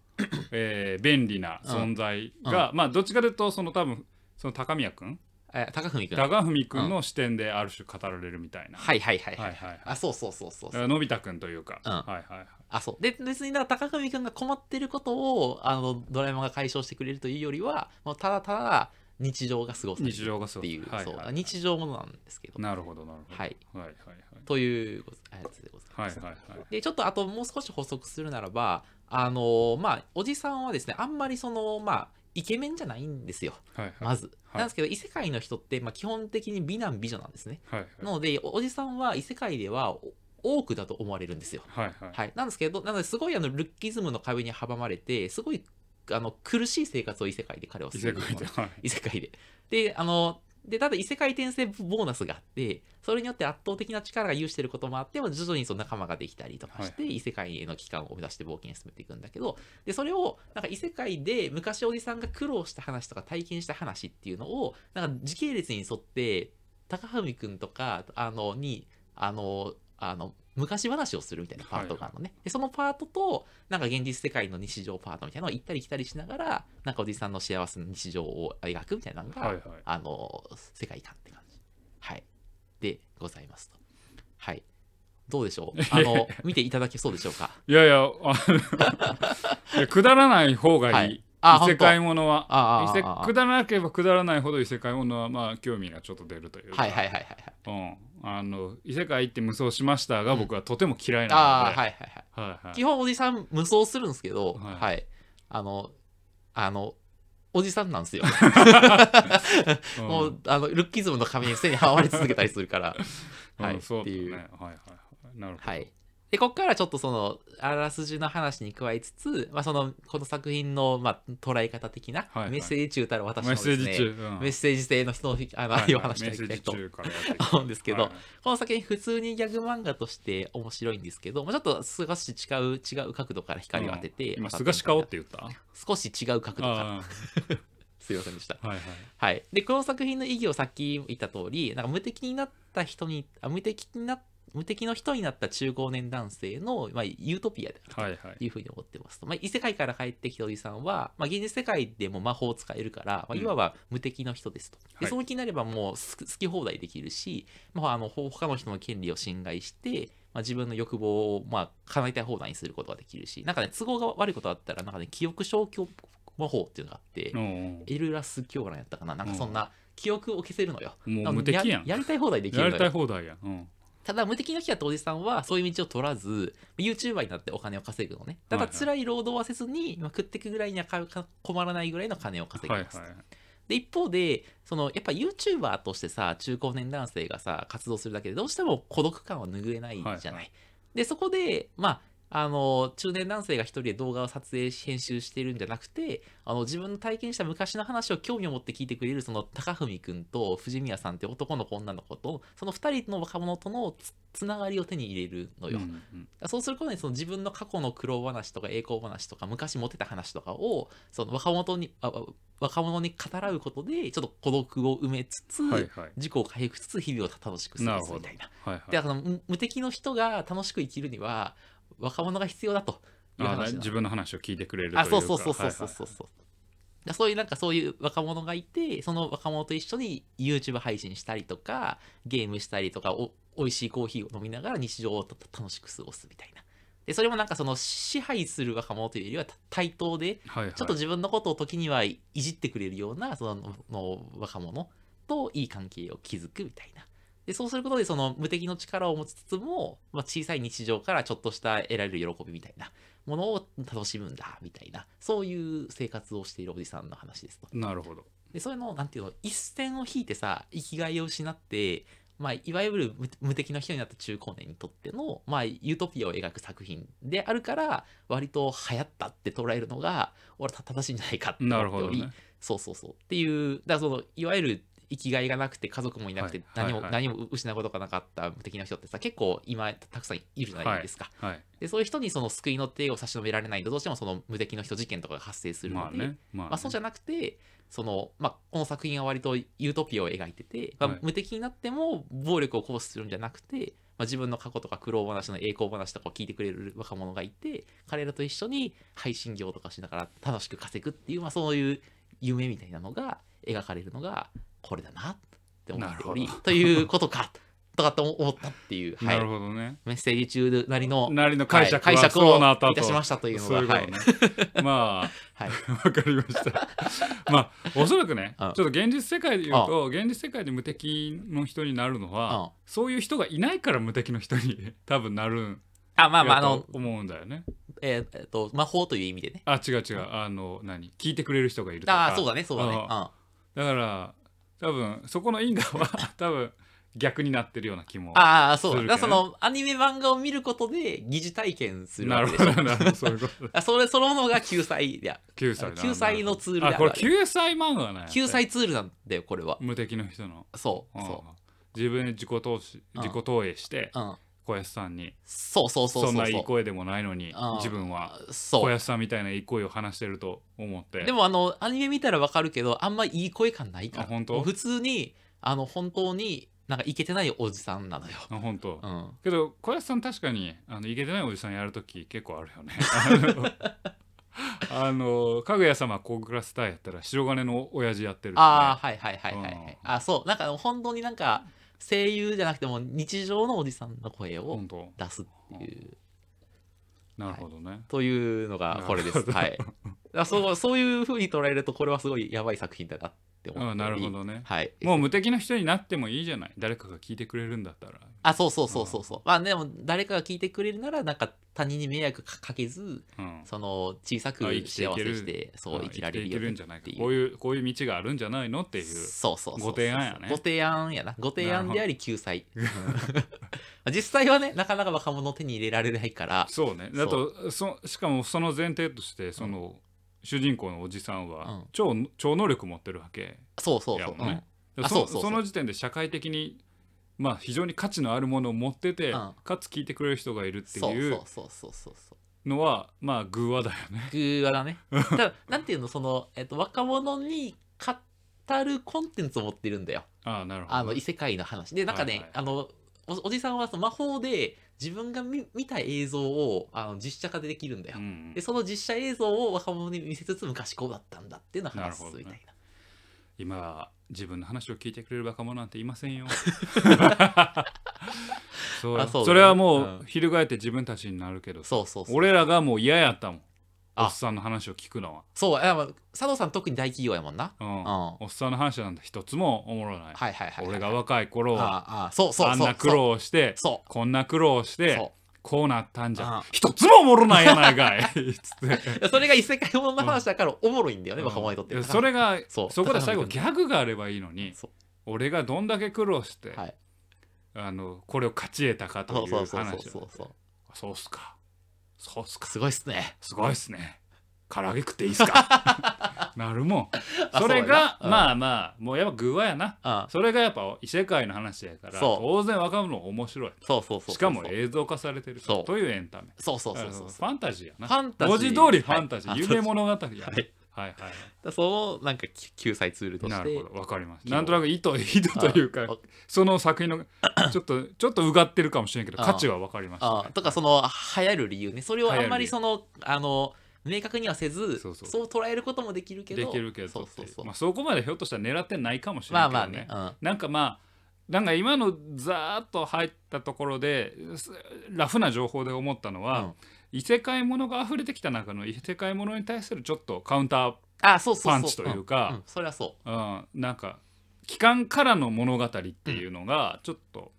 Speaker 1: えー便利な存在がまあどっちかというとその多分その高宮君
Speaker 2: え高文君はい
Speaker 1: 高文君の視点である種語られるみたいな
Speaker 2: はいはいはい、
Speaker 1: はいはい
Speaker 2: あそうそうそうそうそう
Speaker 1: のび太くんというか、
Speaker 2: うん
Speaker 1: はいはいはい
Speaker 2: あそうで別にだから高文君が困ってることをあのドラえもんが解消してくれるというよりはもうただただ日常が過ごせる
Speaker 1: 日常がす
Speaker 2: っ
Speaker 1: ご
Speaker 2: て
Speaker 1: い
Speaker 2: いう,、
Speaker 1: はいはい
Speaker 2: そう日常ものなんですけど
Speaker 1: なるほどなるほど
Speaker 2: はい
Speaker 1: はいはい
Speaker 2: というごあやつでござい
Speaker 1: はい
Speaker 2: ま
Speaker 1: はい
Speaker 2: す、
Speaker 1: はいはい
Speaker 2: でちょっとあともう少し補足するならばあのまあおじさんはですねあんまりそのまあイケメンじゃないんですよ
Speaker 1: はいはい
Speaker 2: まず、
Speaker 1: はい
Speaker 2: なんですけど異世界の人って、まあ、基本的に美男美女なんですね
Speaker 1: はい
Speaker 2: なのでおおじさんは異世界ではお多くだと思われるんですよ
Speaker 1: はいはい
Speaker 2: はいなんですけどなのですごいあのルッキズムの壁に阻まれてすごいあの苦しい生活を異世界で彼はす
Speaker 1: 異
Speaker 2: る
Speaker 1: 世界ではい
Speaker 2: 異世界で。で、あの、で、ただ異世界転生ボーナスがあって、それによって圧倒的な力が有していることもあって、徐々にその仲間ができたりとかして、
Speaker 1: は
Speaker 2: 異世界への期間を目指して冒険を進めていくんだけど、で、それを、なんか異世界で昔おじさんが苦労した話とか体験した話っていうのを、なんか時系列に沿って、高文くんとか、あの、に、あの、あの、昔話をするみたいなパートがあるのね。で、そのパートと、なんか現実世界の日常パートみたいなのを行ったり来たりしながら、なんかおじさんの幸せの日常を描くみたいなのが、
Speaker 1: はいはい
Speaker 2: あの、世界観って感じ。はい。で、ございますと。はい。どうでしょうあの、 見ていただけそうでしょうか
Speaker 1: いやい やあいやくだらない方がいい、
Speaker 2: はいあ
Speaker 1: 異世界ものは
Speaker 2: あ
Speaker 1: 異
Speaker 2: あ
Speaker 1: 世
Speaker 2: あああ
Speaker 1: くだらなければくだらないほど異世界ものはまあ興味がちょっと出るというか、
Speaker 2: はいはいはいはいはい。
Speaker 1: うん、あの異世界って無双しましたが、僕はとても嫌いなの
Speaker 2: ああ、
Speaker 1: で、
Speaker 2: はいはいはい。
Speaker 1: はいはい
Speaker 2: 基本おじさん無双するんですけど、
Speaker 1: は
Speaker 2: はいい、あの、あの、おじさんな んですよ。
Speaker 1: うん
Speaker 2: もう、あの、ルッキズムの壁に常にはまり続けたりするから。はい、
Speaker 1: うんそう
Speaker 2: って
Speaker 1: だね
Speaker 2: いう
Speaker 1: はいはいはいなるほど、
Speaker 2: はい。で、ここからちょっとその、あらすじの話に加えつつ、まあ、その、この作品の、まあ、捉え方的な、
Speaker 1: いはい
Speaker 2: メッセージ中たる私の
Speaker 1: メッ
Speaker 2: です
Speaker 1: セ
Speaker 2: ね、
Speaker 1: ージ中、うん
Speaker 2: メッセージ性の人の、あの、
Speaker 1: はいはい
Speaker 2: 愛を話して
Speaker 1: メッセ
Speaker 2: いきた
Speaker 1: ー
Speaker 2: い
Speaker 1: ジ中
Speaker 2: と
Speaker 1: からやっていきたい
Speaker 2: 思うんですけど、
Speaker 1: はい
Speaker 2: この作品普通にギャグ漫画として面白いんですけど、もうちょっと少し違う、違う角度から光を当てて、
Speaker 1: 今すがし顔って言った
Speaker 2: 少し違う角度から、
Speaker 1: あ
Speaker 2: すいませんでした。
Speaker 1: あはいはい
Speaker 2: はい。で、この作品の意義をさっき言った通り、なんか無敵になった人に、あ無敵にな無敵の人になった中高年男性の、まあ、ユートピアである
Speaker 1: はいはい
Speaker 2: というふうに思ってますと、まあ、異世界から帰ってきたおじさんは、まあ、現実世界でも魔法を使えるから、まあ、
Speaker 1: うん
Speaker 2: いわば無敵の人ですと。
Speaker 1: は
Speaker 2: で、
Speaker 1: い
Speaker 2: その気になればもうす好き放題できるし、まあ、あのほ他の人の権利を侵害して、まあ、自分の欲望を、まあ、叶えたい放題にすることができるし、なんかね、都合が悪いことだったら、なんかね、記憶消去魔法っていうのがあって、
Speaker 1: うん
Speaker 2: エルラス教団やったかななんかそんな記憶を消せるのよ。
Speaker 1: もう無敵やん
Speaker 2: やりたい放題でき
Speaker 1: や
Speaker 2: る
Speaker 1: り
Speaker 2: の
Speaker 1: たい
Speaker 2: よ。
Speaker 1: 放題やんうん
Speaker 2: ただ無敵の日だったおじさんはそういう道を取らず YouTuber になってお金を稼ぐのね。ただ
Speaker 1: はいはい
Speaker 2: 辛い労働はせずに、まあ食ってくぐらいにはかか困らないぐらいの金を稼ぎ
Speaker 1: はいはい
Speaker 2: ます。で一方でそのやっぱ YouTuber としてさ中高年男性がさ活動するだけでどうしても孤独感は拭えないじゃない。
Speaker 1: はいは
Speaker 2: でそこでまああの中年男性が一人で動画を撮影し編集してるんじゃなくてあの自分の体験した昔の話を興味を持って聞いてくれるその高文君と藤宮さんって男の子女の子とその2人の若者とのつつながりを手に入れるの
Speaker 1: うんう
Speaker 2: よ。
Speaker 1: ん
Speaker 2: そうすることにその自分の過去の苦労話とか栄光話とか昔モテた話とかをその若者にああ若者に語らうことでちょっと孤独を埋めつつ、
Speaker 1: はいはい
Speaker 2: 自己を回復しつつ日々を楽しく過
Speaker 1: な
Speaker 2: ご
Speaker 1: る
Speaker 2: す
Speaker 1: ほ
Speaker 2: み
Speaker 1: ど
Speaker 2: たいな。
Speaker 1: はいは
Speaker 2: で
Speaker 1: い
Speaker 2: あの無無敵の人が楽しく生きるには若者が必要だという
Speaker 1: あ
Speaker 2: 話なの
Speaker 1: 自分の話を聞いてくれるというか
Speaker 2: あそうそうそうそうそう
Speaker 1: はい
Speaker 2: そうそう、だそういうなんかそういう若者がいてその若者と一緒に YouTube 配信したりとかゲームしたりとかお美味しいコーヒーを飲みながら日常をた楽しく過ごすみたいなでそれもなんかその支配する若者というよりはた対等で
Speaker 1: はいはい
Speaker 2: ちょっと自分のことを時にはいいじってくれるようなそのの若者といい関係を築くみたいな。でそうすることでその無敵の力を持ちつつも、まあ、小さい日常からちょっとした得られる喜びみたいなものを楽しむんだみたいなそういう生活をしているおじさんの話ですと。
Speaker 1: なるほど
Speaker 2: でそういうのをなんていうの一線を引いてさ生きがいを失って、まあ、いわゆる無無敵の人になった中高年にとっての、まあ、ユートピアを描く作品であるから割と流行ったって捉えるのが俺は正しいんじゃないかって
Speaker 1: なる
Speaker 2: 思っ
Speaker 1: ほど
Speaker 2: ており、
Speaker 1: ね
Speaker 2: そうそうそうっていうだからそのいわゆる生きがいがなくて家族もいなくて
Speaker 1: はい
Speaker 2: 何も,、
Speaker 1: はいはい
Speaker 2: 何も失うことがなかった無敵の人ってさ結構今たくさんいるじゃないですか。
Speaker 1: はい
Speaker 2: でそういう人にその救いの手を差し伸べられないとどうしてもその無敵の人事件とかが発生するの
Speaker 1: ま
Speaker 2: で、
Speaker 1: あねまあね
Speaker 2: まあ、そうじゃなくてその、まあ、この作品は割とユートピアを描いてて、まあ
Speaker 1: はい
Speaker 2: 無敵になっても暴力を行使するんじゃなくて、まあ、自分の過去とか苦労話の栄光話とかを聞いてくれる若者がいて彼らと一緒に配信業とかしながら楽しく稼ぐっていう、まあ、そういう夢みたいなのが描かれるのがこれだなって思っており
Speaker 1: なるほど
Speaker 2: ということかとかと思ったっていう、は
Speaker 1: なる
Speaker 2: い、
Speaker 1: ほどね
Speaker 2: メッセージ中なりの
Speaker 1: なりの解釈は
Speaker 2: はい解釈を
Speaker 1: そうなったと
Speaker 2: いたしましたというのが
Speaker 1: そことねまあ
Speaker 2: はい、
Speaker 1: わかりました。 まあおそらくね、ち
Speaker 2: う
Speaker 1: ょ
Speaker 2: ん
Speaker 1: っと現実世界で言うと、現実世界で無敵の人になるのは、
Speaker 2: うん
Speaker 1: そういう人がいないから無敵の人に 多分なるん
Speaker 2: あまあまあ
Speaker 1: や
Speaker 2: あの
Speaker 1: と、思うんだよね。
Speaker 2: えーえーと魔法という意味でね
Speaker 1: あ違う違うあの何聞いてくれる人がいるとか
Speaker 2: ああそうだねそうだね、
Speaker 1: うん
Speaker 2: うん
Speaker 1: だから多分そこの因果は 多分逆になってるような気も。
Speaker 2: ああ、そうだ。
Speaker 1: する
Speaker 2: だ
Speaker 1: け
Speaker 2: か
Speaker 1: ど
Speaker 2: らその、アニメ漫画を見ることで、疑似体験する
Speaker 1: な
Speaker 2: わ
Speaker 1: る
Speaker 2: けで
Speaker 1: ほ
Speaker 2: し
Speaker 1: ど
Speaker 2: ょ。
Speaker 1: なるほどそういうことだ
Speaker 2: あそれ、そのものが救済である。
Speaker 1: 救済だ
Speaker 2: 救済のツールであ
Speaker 1: あ
Speaker 2: る
Speaker 1: これ救済漫画なんや
Speaker 2: 救済ツールなんだよ、これは。
Speaker 1: 無敵の人の
Speaker 2: そう、
Speaker 1: うん
Speaker 2: そ
Speaker 1: 自分で自己投資
Speaker 2: うん
Speaker 1: 自己投影して
Speaker 2: う。うん。
Speaker 1: 小安さんに
Speaker 2: そうそうそうそ
Speaker 1: そ
Speaker 2: う。
Speaker 1: んないい
Speaker 2: そ
Speaker 1: 声でもないのに
Speaker 2: うん
Speaker 1: 自分は
Speaker 2: う。
Speaker 1: 小安さんみたいないい声を話してると思って
Speaker 2: でも、あの、アニメ見たらわかるけど、あんまいい声感ないから。
Speaker 1: あ本当
Speaker 2: もう普通に、あの、本当に、なんか、いけてないおじさんなのよ。
Speaker 1: あ本当、
Speaker 2: うん。
Speaker 1: けど小安さん確かにあのイケてないおじさんやるとき結構あるよ ねあのあのかぐや様高クラスターやったら白金の親父やってるしね、
Speaker 2: ああ、はいはいはいはいは
Speaker 1: うん
Speaker 2: い。あそう。なんか、本当になんか、声優じゃなくても、日常のおじさんの声を
Speaker 1: 本当
Speaker 2: 出すっていう。
Speaker 1: なるほどね、
Speaker 2: というのがこれで
Speaker 1: な
Speaker 2: す
Speaker 1: るほ。ど
Speaker 2: はい。だからそうそういうふうに捉えるとこれはすごいやばい作品だなっって思っており
Speaker 1: あなるほどね
Speaker 2: はい
Speaker 1: もう無敵の人になってもいいじゃない誰かが聞いてくれるんだったら
Speaker 2: あそうそうそうそうそうまあでも誰かが聞いてくれるならなんか他人に迷惑かかけず
Speaker 1: うん
Speaker 2: その小さく
Speaker 1: あ
Speaker 2: 幸
Speaker 1: 生きていけ
Speaker 2: せ
Speaker 1: る
Speaker 2: してそ
Speaker 1: あ
Speaker 2: う生きられる
Speaker 1: 生きていけ
Speaker 2: よう
Speaker 1: るん
Speaker 2: に
Speaker 1: じゃない
Speaker 2: っ
Speaker 1: か
Speaker 2: ていう
Speaker 1: こういうこういう道があるんじゃないのっていう
Speaker 2: そうそうそうそう
Speaker 1: ご提案やね
Speaker 2: ご提案やなご提案であり救済 実際はねなかなか若者を手に入れられないから
Speaker 1: そうねだとそしかもその前提としてその、主人公のおじさん
Speaker 2: う
Speaker 1: は
Speaker 2: ん
Speaker 1: 超超能力持ってるわけ
Speaker 2: そうそう
Speaker 1: い
Speaker 2: そ
Speaker 1: や
Speaker 2: う、
Speaker 1: もうねそ
Speaker 2: あそうそうそう
Speaker 1: その時点で社会的にまあ非常に価値のあるものを持ってて、
Speaker 2: うん
Speaker 1: かつ聞いてくれる人がいるって
Speaker 2: そう
Speaker 1: い
Speaker 2: そ
Speaker 1: う
Speaker 2: うそうそうそうそう
Speaker 1: のはまあ偶話だよね。
Speaker 2: 僕はだねただなんていうのその、えっと、若者に語るコンテンツを持ってるんだよ
Speaker 1: ああなるほど。
Speaker 2: あの異世界の話でなんかね、
Speaker 1: はいはい
Speaker 2: あのおおじさんはその魔法で自分が見見た映像をあの実写化でできるんだよ、
Speaker 1: うん
Speaker 2: で、その実写映像を若者に見せつつ昔こうだったんだっていうのを話すみた
Speaker 1: ないる今自分の話を聞いてくれる若者なんていません よ。そうよ
Speaker 2: あそうだね
Speaker 1: それはも
Speaker 2: う
Speaker 1: うん翻って自分たちになるけど
Speaker 2: なそうそうそう
Speaker 1: 俺らがもう嫌やったもんお
Speaker 2: あ
Speaker 1: っさんの話を聞くのは、
Speaker 2: そうあまあ佐藤さん特に大企業やもんな
Speaker 1: うん
Speaker 2: うん
Speaker 1: おっさんの話なんて一つもおもろない、
Speaker 2: はいはいはいはい
Speaker 1: 俺が若い頃は
Speaker 2: ああそうそう
Speaker 1: あ
Speaker 2: そうん
Speaker 1: な苦労をして
Speaker 2: そ
Speaker 1: こんな苦労をし
Speaker 2: う
Speaker 1: て
Speaker 2: そ
Speaker 1: こうなったんじ
Speaker 2: あ
Speaker 1: ゃ
Speaker 2: あ
Speaker 1: 一つもおもろないやないかい つって
Speaker 2: うそれが異世界ものの話だからおもろいんだよね、若者にとっ
Speaker 1: い
Speaker 2: て
Speaker 1: やそれが
Speaker 2: そう
Speaker 1: そこで最後ギャグがあればいいのに
Speaker 2: そう
Speaker 1: 俺がどんだけ苦労して、
Speaker 2: はい
Speaker 1: あのこれを勝ち得たかとい
Speaker 2: そううそう
Speaker 1: 話
Speaker 2: そうそう
Speaker 1: だ
Speaker 2: そう
Speaker 1: よそうっすかそうっすか
Speaker 2: すごいっすね
Speaker 1: すごいっすね唐揚げ食っていいっすか なるもん
Speaker 2: あ
Speaker 1: それが
Speaker 2: そうやなうん
Speaker 1: まあまあもうやっぱ具はやな
Speaker 2: うん
Speaker 1: それがやっぱ異世界の話やから
Speaker 2: そう
Speaker 1: 当然若者面白い
Speaker 2: そうそうそうそう
Speaker 1: しかも映像化されてる
Speaker 2: そう
Speaker 1: というエンタメ
Speaker 2: そうそう
Speaker 1: だか
Speaker 2: そ
Speaker 1: ら
Speaker 2: うそうそう
Speaker 1: ファンタジーやな
Speaker 2: ファンタジー
Speaker 1: 文字通りファンタジー、
Speaker 2: はい
Speaker 1: 夢物語やな、はい、
Speaker 2: はい
Speaker 1: はい
Speaker 2: だそのなんかき救済ツールと
Speaker 1: な
Speaker 2: し
Speaker 1: る
Speaker 2: て
Speaker 1: ほどわかります
Speaker 2: 昨日
Speaker 1: なんとなく意図意図というか
Speaker 2: あ
Speaker 1: その作 品のちょっとちょっとうがってるかもしれんけど
Speaker 2: あ
Speaker 1: 価値はわかりました、
Speaker 2: ああとかその流行る理由ねそれをあんまり
Speaker 1: 流行
Speaker 2: そのあの明確にはせず
Speaker 1: そうそう
Speaker 2: 捉えることもできるけど
Speaker 1: できるけど
Speaker 2: そうそうそう
Speaker 1: ま
Speaker 2: ま
Speaker 1: あ、そこまでひょっとしたら狙ってないかもしれない
Speaker 2: あ
Speaker 1: けど
Speaker 2: まあ
Speaker 1: ね
Speaker 2: ね、うん、
Speaker 1: なんかまあなんか今のざーっと入ったところですラフな情報で思ったのは、
Speaker 2: うん
Speaker 1: 異世界ものが溢れてきた中の異世界ものに対するちょっとカウンター、
Speaker 2: あそうそうそう
Speaker 1: パンチというか
Speaker 2: んんそれはそ
Speaker 1: うん、なんか期間からの物語っていうのがちょっと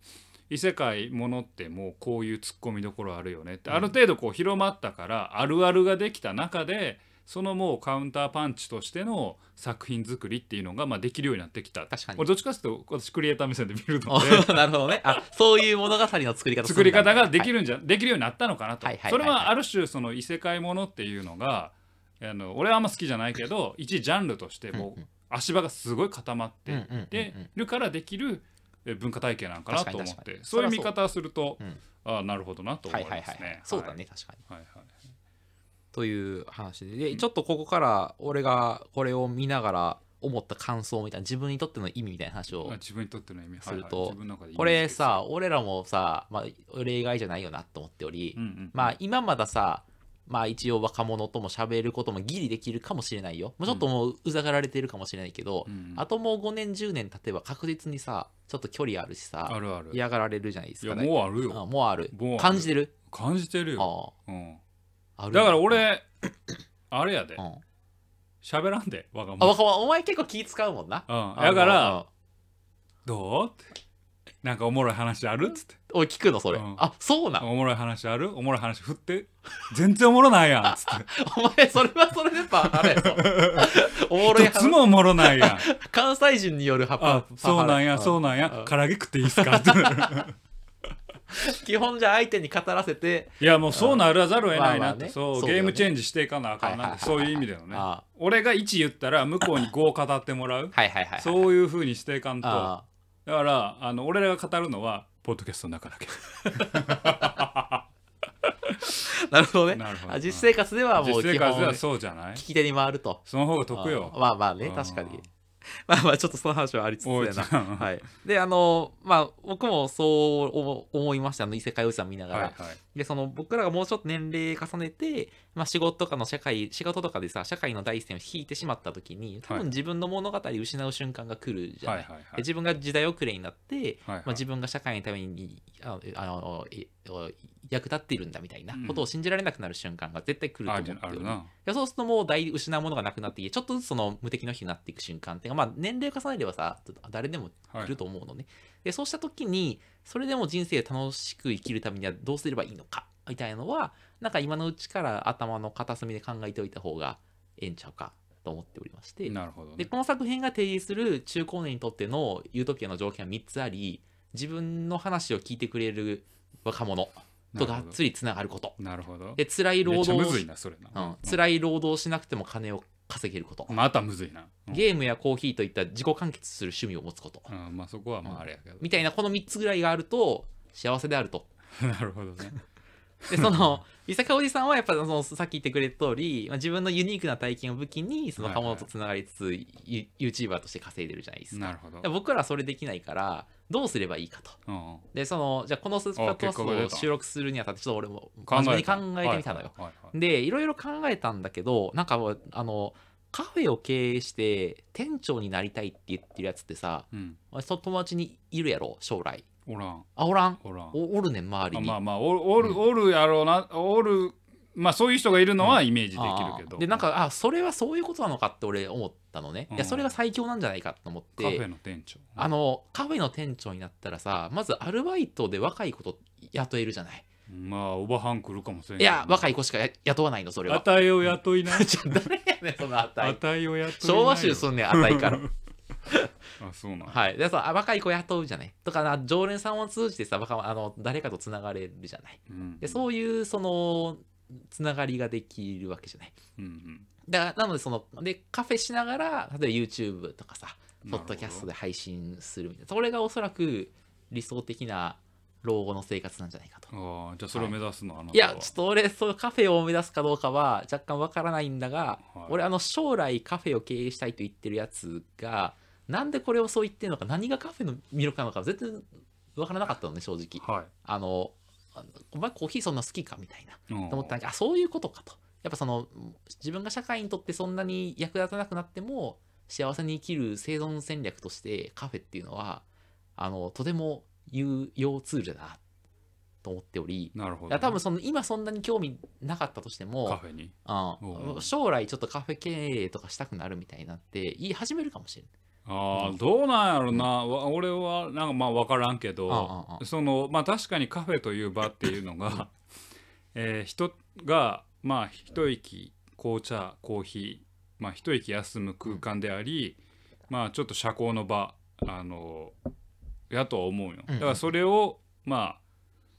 Speaker 1: 異世界ものってもうこういう突っ込みどころあるよねって、
Speaker 2: うん
Speaker 1: ある程度こう広まったからあるあるができた中でそのもうカウンターパンチとしての作品作りっていうのがまあできるようになってきた
Speaker 2: 確かに
Speaker 1: 俺どっちかっていうと私クリエイター目線で見るので
Speaker 2: う なるほどねあそういう物語の作り方
Speaker 1: 作り方ができ
Speaker 2: る
Speaker 1: るんじゃ、できるようになったのかなと、
Speaker 2: はいはいはい
Speaker 1: そ
Speaker 2: はい
Speaker 1: れはある種その異世界ものっていうのがあの俺はあんま好きじゃないけど一ジャンルとしてもう足場がすごい固まっていってるからできるえ文化体系なんかなと思っ
Speaker 2: 確かに確
Speaker 1: て
Speaker 2: かに
Speaker 1: そういう見方をすると
Speaker 2: うん
Speaker 1: ああなるほどなと思
Speaker 2: はい
Speaker 1: い
Speaker 2: は
Speaker 1: ま
Speaker 2: い
Speaker 1: す
Speaker 2: はいはい、
Speaker 1: ね。
Speaker 2: そうだね確かに
Speaker 1: はいはい
Speaker 2: という話ででちょっとここから俺がこれを見ながら思った感想みたいな自分にとっての意味みたいな話
Speaker 1: はいあ
Speaker 2: を
Speaker 1: 自分にとっての意味
Speaker 2: する
Speaker 1: はい
Speaker 2: と
Speaker 1: はい自分の中で意味
Speaker 2: これさ俺らもさ、まあ、例外じゃないよなと思っており、
Speaker 1: うんうん
Speaker 2: まあ今まださまあ一応若者とも喋ることもギリできるかもしれないよもうちょっともううざがられてるかもしれないけど、
Speaker 1: うんうん
Speaker 2: あともう5年10年経てば確実にさちょっと距離あるしさ
Speaker 1: あるあるい
Speaker 2: 嫌がられるじゃないです
Speaker 1: や
Speaker 2: か
Speaker 1: もうあるよ
Speaker 2: あもうある
Speaker 1: もうある
Speaker 2: 感じてる
Speaker 1: 感じてるよ、
Speaker 2: あ
Speaker 1: うん、
Speaker 2: あある
Speaker 1: だから、俺あれやで
Speaker 2: うん、
Speaker 1: 喋らんでわが
Speaker 2: あ
Speaker 1: まま
Speaker 2: 若者お前結構気使うもんな
Speaker 1: うん、
Speaker 2: あ
Speaker 1: だか
Speaker 2: う
Speaker 1: ら
Speaker 2: ん
Speaker 1: 「どう?」って「なんかおもろい話ある?」っつって
Speaker 2: おい聞くのそれ、
Speaker 1: うん
Speaker 2: あそう
Speaker 1: 「
Speaker 2: なん
Speaker 1: おもろい話あるおもろい話振って全然おもろないやん」っつっ て
Speaker 2: お前それはそれでやっぱあれやぞ おも
Speaker 1: 「
Speaker 2: ろい
Speaker 1: 一つ
Speaker 2: 話
Speaker 1: もおもろないやん」
Speaker 2: 関西人によるハパ
Speaker 1: あそうなんやそうなん
Speaker 2: う
Speaker 1: や
Speaker 2: ん
Speaker 1: 唐揚げ食っていいっす か」って
Speaker 2: 基本じゃ相手に語らせて
Speaker 1: いやもうそうならざるを得ない
Speaker 2: ま
Speaker 1: な
Speaker 2: あまあ
Speaker 1: っ
Speaker 2: ね
Speaker 1: てそう
Speaker 2: そうだよ
Speaker 1: ゲ
Speaker 2: ね
Speaker 1: ームチェンジしていかなあかんなって
Speaker 2: はい
Speaker 1: そういう意味だよね
Speaker 2: あ
Speaker 1: 俺が1言ったら向こうに5を語ってもらう
Speaker 2: はいはいはい
Speaker 1: そういう風にしていかんと
Speaker 2: あ
Speaker 1: だからあの俺らが語るのはポッドキャストの 中だけ
Speaker 2: ーなるほどね
Speaker 1: なるほど
Speaker 2: あ実生活ではもう
Speaker 1: 実
Speaker 2: 基
Speaker 1: 生活で
Speaker 2: 本
Speaker 1: は
Speaker 2: 聞
Speaker 1: そうじゃない
Speaker 2: き手に回ると
Speaker 1: その方が得
Speaker 2: あー
Speaker 1: よ
Speaker 2: まあまあね
Speaker 1: うん
Speaker 2: 確かにまあまあちょっとその話はありつつ
Speaker 1: おい
Speaker 2: や
Speaker 1: ち
Speaker 2: な
Speaker 1: ゃん
Speaker 2: はい、であのまあ僕もそう思思いましたあの異世界おじさん見ながら、
Speaker 1: はいはい
Speaker 2: でその僕らがもうちょっと年齢重ねて、まあ、仕事とかの社会仕事とかでさ社会の第一線を引いてしまった時に多
Speaker 1: はい
Speaker 2: 分自分の物語を失う瞬間が来るじゃない、
Speaker 1: はいはい
Speaker 2: で自分が時代遅れになって、
Speaker 1: はいはい
Speaker 2: まあ、自分が社会のためにああのい役立っているんだみたいなことを信じられなくなる瞬間が絶対来ると
Speaker 1: あ
Speaker 2: 思っ
Speaker 1: る
Speaker 2: て
Speaker 1: あ
Speaker 2: る
Speaker 1: る
Speaker 2: よ
Speaker 1: な
Speaker 2: でそうするともう大失うものがなくなっていてちょっとずつその無敵の日になっていく瞬間っていうか、まあ、年齢を重ねればさ誰でも
Speaker 1: はい
Speaker 2: いると思うのね、でそうした時にそれでも人生楽しく生きるためにはどうすればいいのかみたいなのはなんか今のうちから頭の片隅で考えておいた方がええんちゃうかと思っておりまして
Speaker 1: なるほど
Speaker 2: で
Speaker 1: ね
Speaker 2: この作品が提示する中高年にとってのユートピアの条件は3つあり自分の話を聞いてくれる若者とがっつりつながること
Speaker 1: なるほど
Speaker 2: で辛い
Speaker 1: め
Speaker 2: 労
Speaker 1: っちゃ
Speaker 2: 働
Speaker 1: む
Speaker 2: を
Speaker 1: ずいなそれ
Speaker 2: う、
Speaker 1: なん
Speaker 2: 辛い労働をしなくても金を稼げること、
Speaker 1: またむずいなうん
Speaker 2: ゲームやコーヒーといった自己完結する趣味を持つこと、
Speaker 1: うんまあそこはまああれやけど
Speaker 2: みたいなこの3つぐらいがあると幸せであると
Speaker 1: なるほどね
Speaker 2: で その伊坂おじさんはやっぱそのさっき言ってくれた通り、まあ、自分のユニークな体験を武器にその若者とつながりつつ、ユ YouTuber として稼いでるじゃないですか
Speaker 1: なるほど
Speaker 2: で僕らはそれできないからどうすればいいかと
Speaker 1: うんうん
Speaker 2: でそのじゃあこのスーパートースト
Speaker 1: あ結果が出
Speaker 2: を
Speaker 1: た
Speaker 2: 収録するにあたってちょっと俺も真面目に考えてみたのよ、
Speaker 1: はいはいはい
Speaker 2: でいろいろ考えたんだけどなんかもうあのカフェを経営して店長になりたいって言ってるやつってさ
Speaker 1: うん
Speaker 2: その友達にいるやろ将来
Speaker 1: おらん
Speaker 2: あおらん
Speaker 1: おらん
Speaker 2: おおるねん周り
Speaker 1: あ
Speaker 2: に、
Speaker 1: まあまあおお
Speaker 2: う
Speaker 1: る
Speaker 2: ん
Speaker 1: おるやろうなおるまあそういう人がいるのはイメージできるけ
Speaker 2: あ
Speaker 1: ど
Speaker 2: ーでなんかあそれはそういうことなのかって俺思ったのね、いうや
Speaker 1: ん
Speaker 2: それが最強なんじゃないかと思っ
Speaker 1: カフ
Speaker 2: て
Speaker 1: ェの店長
Speaker 2: あのカフェの店長になったらさまずアルバイトで若い子と雇えるじゃない
Speaker 1: まあおばはん来るかもしれん
Speaker 2: い
Speaker 1: けど
Speaker 2: や若い子しかや雇わないのそれ
Speaker 1: あ
Speaker 2: は
Speaker 1: たいを雇いな
Speaker 2: ちょ誰やねんその
Speaker 1: あ
Speaker 2: 値
Speaker 1: たいを雇いなよ
Speaker 2: 昭和集そんねん値から
Speaker 1: あそうなん
Speaker 2: はい、でさあ若い子雇うじゃないとかな常連さんを通じてさ若あの誰かとつながれるじゃない
Speaker 1: うん
Speaker 2: でそういうそのつながりができるわけじゃない
Speaker 1: うんうん
Speaker 2: だなのでそのでカフェしながら例えば YouTube とかさ
Speaker 1: なるほ
Speaker 2: ポッ
Speaker 1: ど
Speaker 2: ドキャストで配信するみたいなそれがおそらく理想的な老後の生活なんじゃないかと。
Speaker 1: ああじゃあそれを目指すのあなたはい
Speaker 2: やちょっと俺そうカフェを目指すかどうかは若干わからないんだが、
Speaker 1: はい
Speaker 2: 俺あの将来カフェを経営したいと言ってるやつがなんでこれをそう言ってるのか何がカフェの魅力なのか全然わからなかったのね正直
Speaker 1: はい
Speaker 2: あのあのお前コーヒーそんな好きかみたいな
Speaker 1: うん
Speaker 2: と思ったんだけどあそういうことかとやっぱその自分が社会にとってそんなに役立たなくなっても幸せに生きる生存戦略としてカフェっていうのはあのとても有用ツールだなと思っており
Speaker 1: なるほ
Speaker 2: い
Speaker 1: ど
Speaker 2: や多分その今そんなに興味なかったとしても
Speaker 1: カフェに
Speaker 2: う、
Speaker 1: おうん
Speaker 2: 将来ちょっとカフェ経営とかしたくなるみたいになって言い始めるかもしれない。
Speaker 1: ああ
Speaker 2: うん
Speaker 1: どうなんやろなわ俺はなんかまあ分からんけど
Speaker 2: ああああ
Speaker 1: そのまあ確かにカフェという場っていうのが えー人がまあ一息紅茶コーヒーまあ一息休む空間でありまあちょっと社交の場あのやとは思うよ
Speaker 2: うんう
Speaker 1: だ
Speaker 2: ん
Speaker 1: からそれをまあ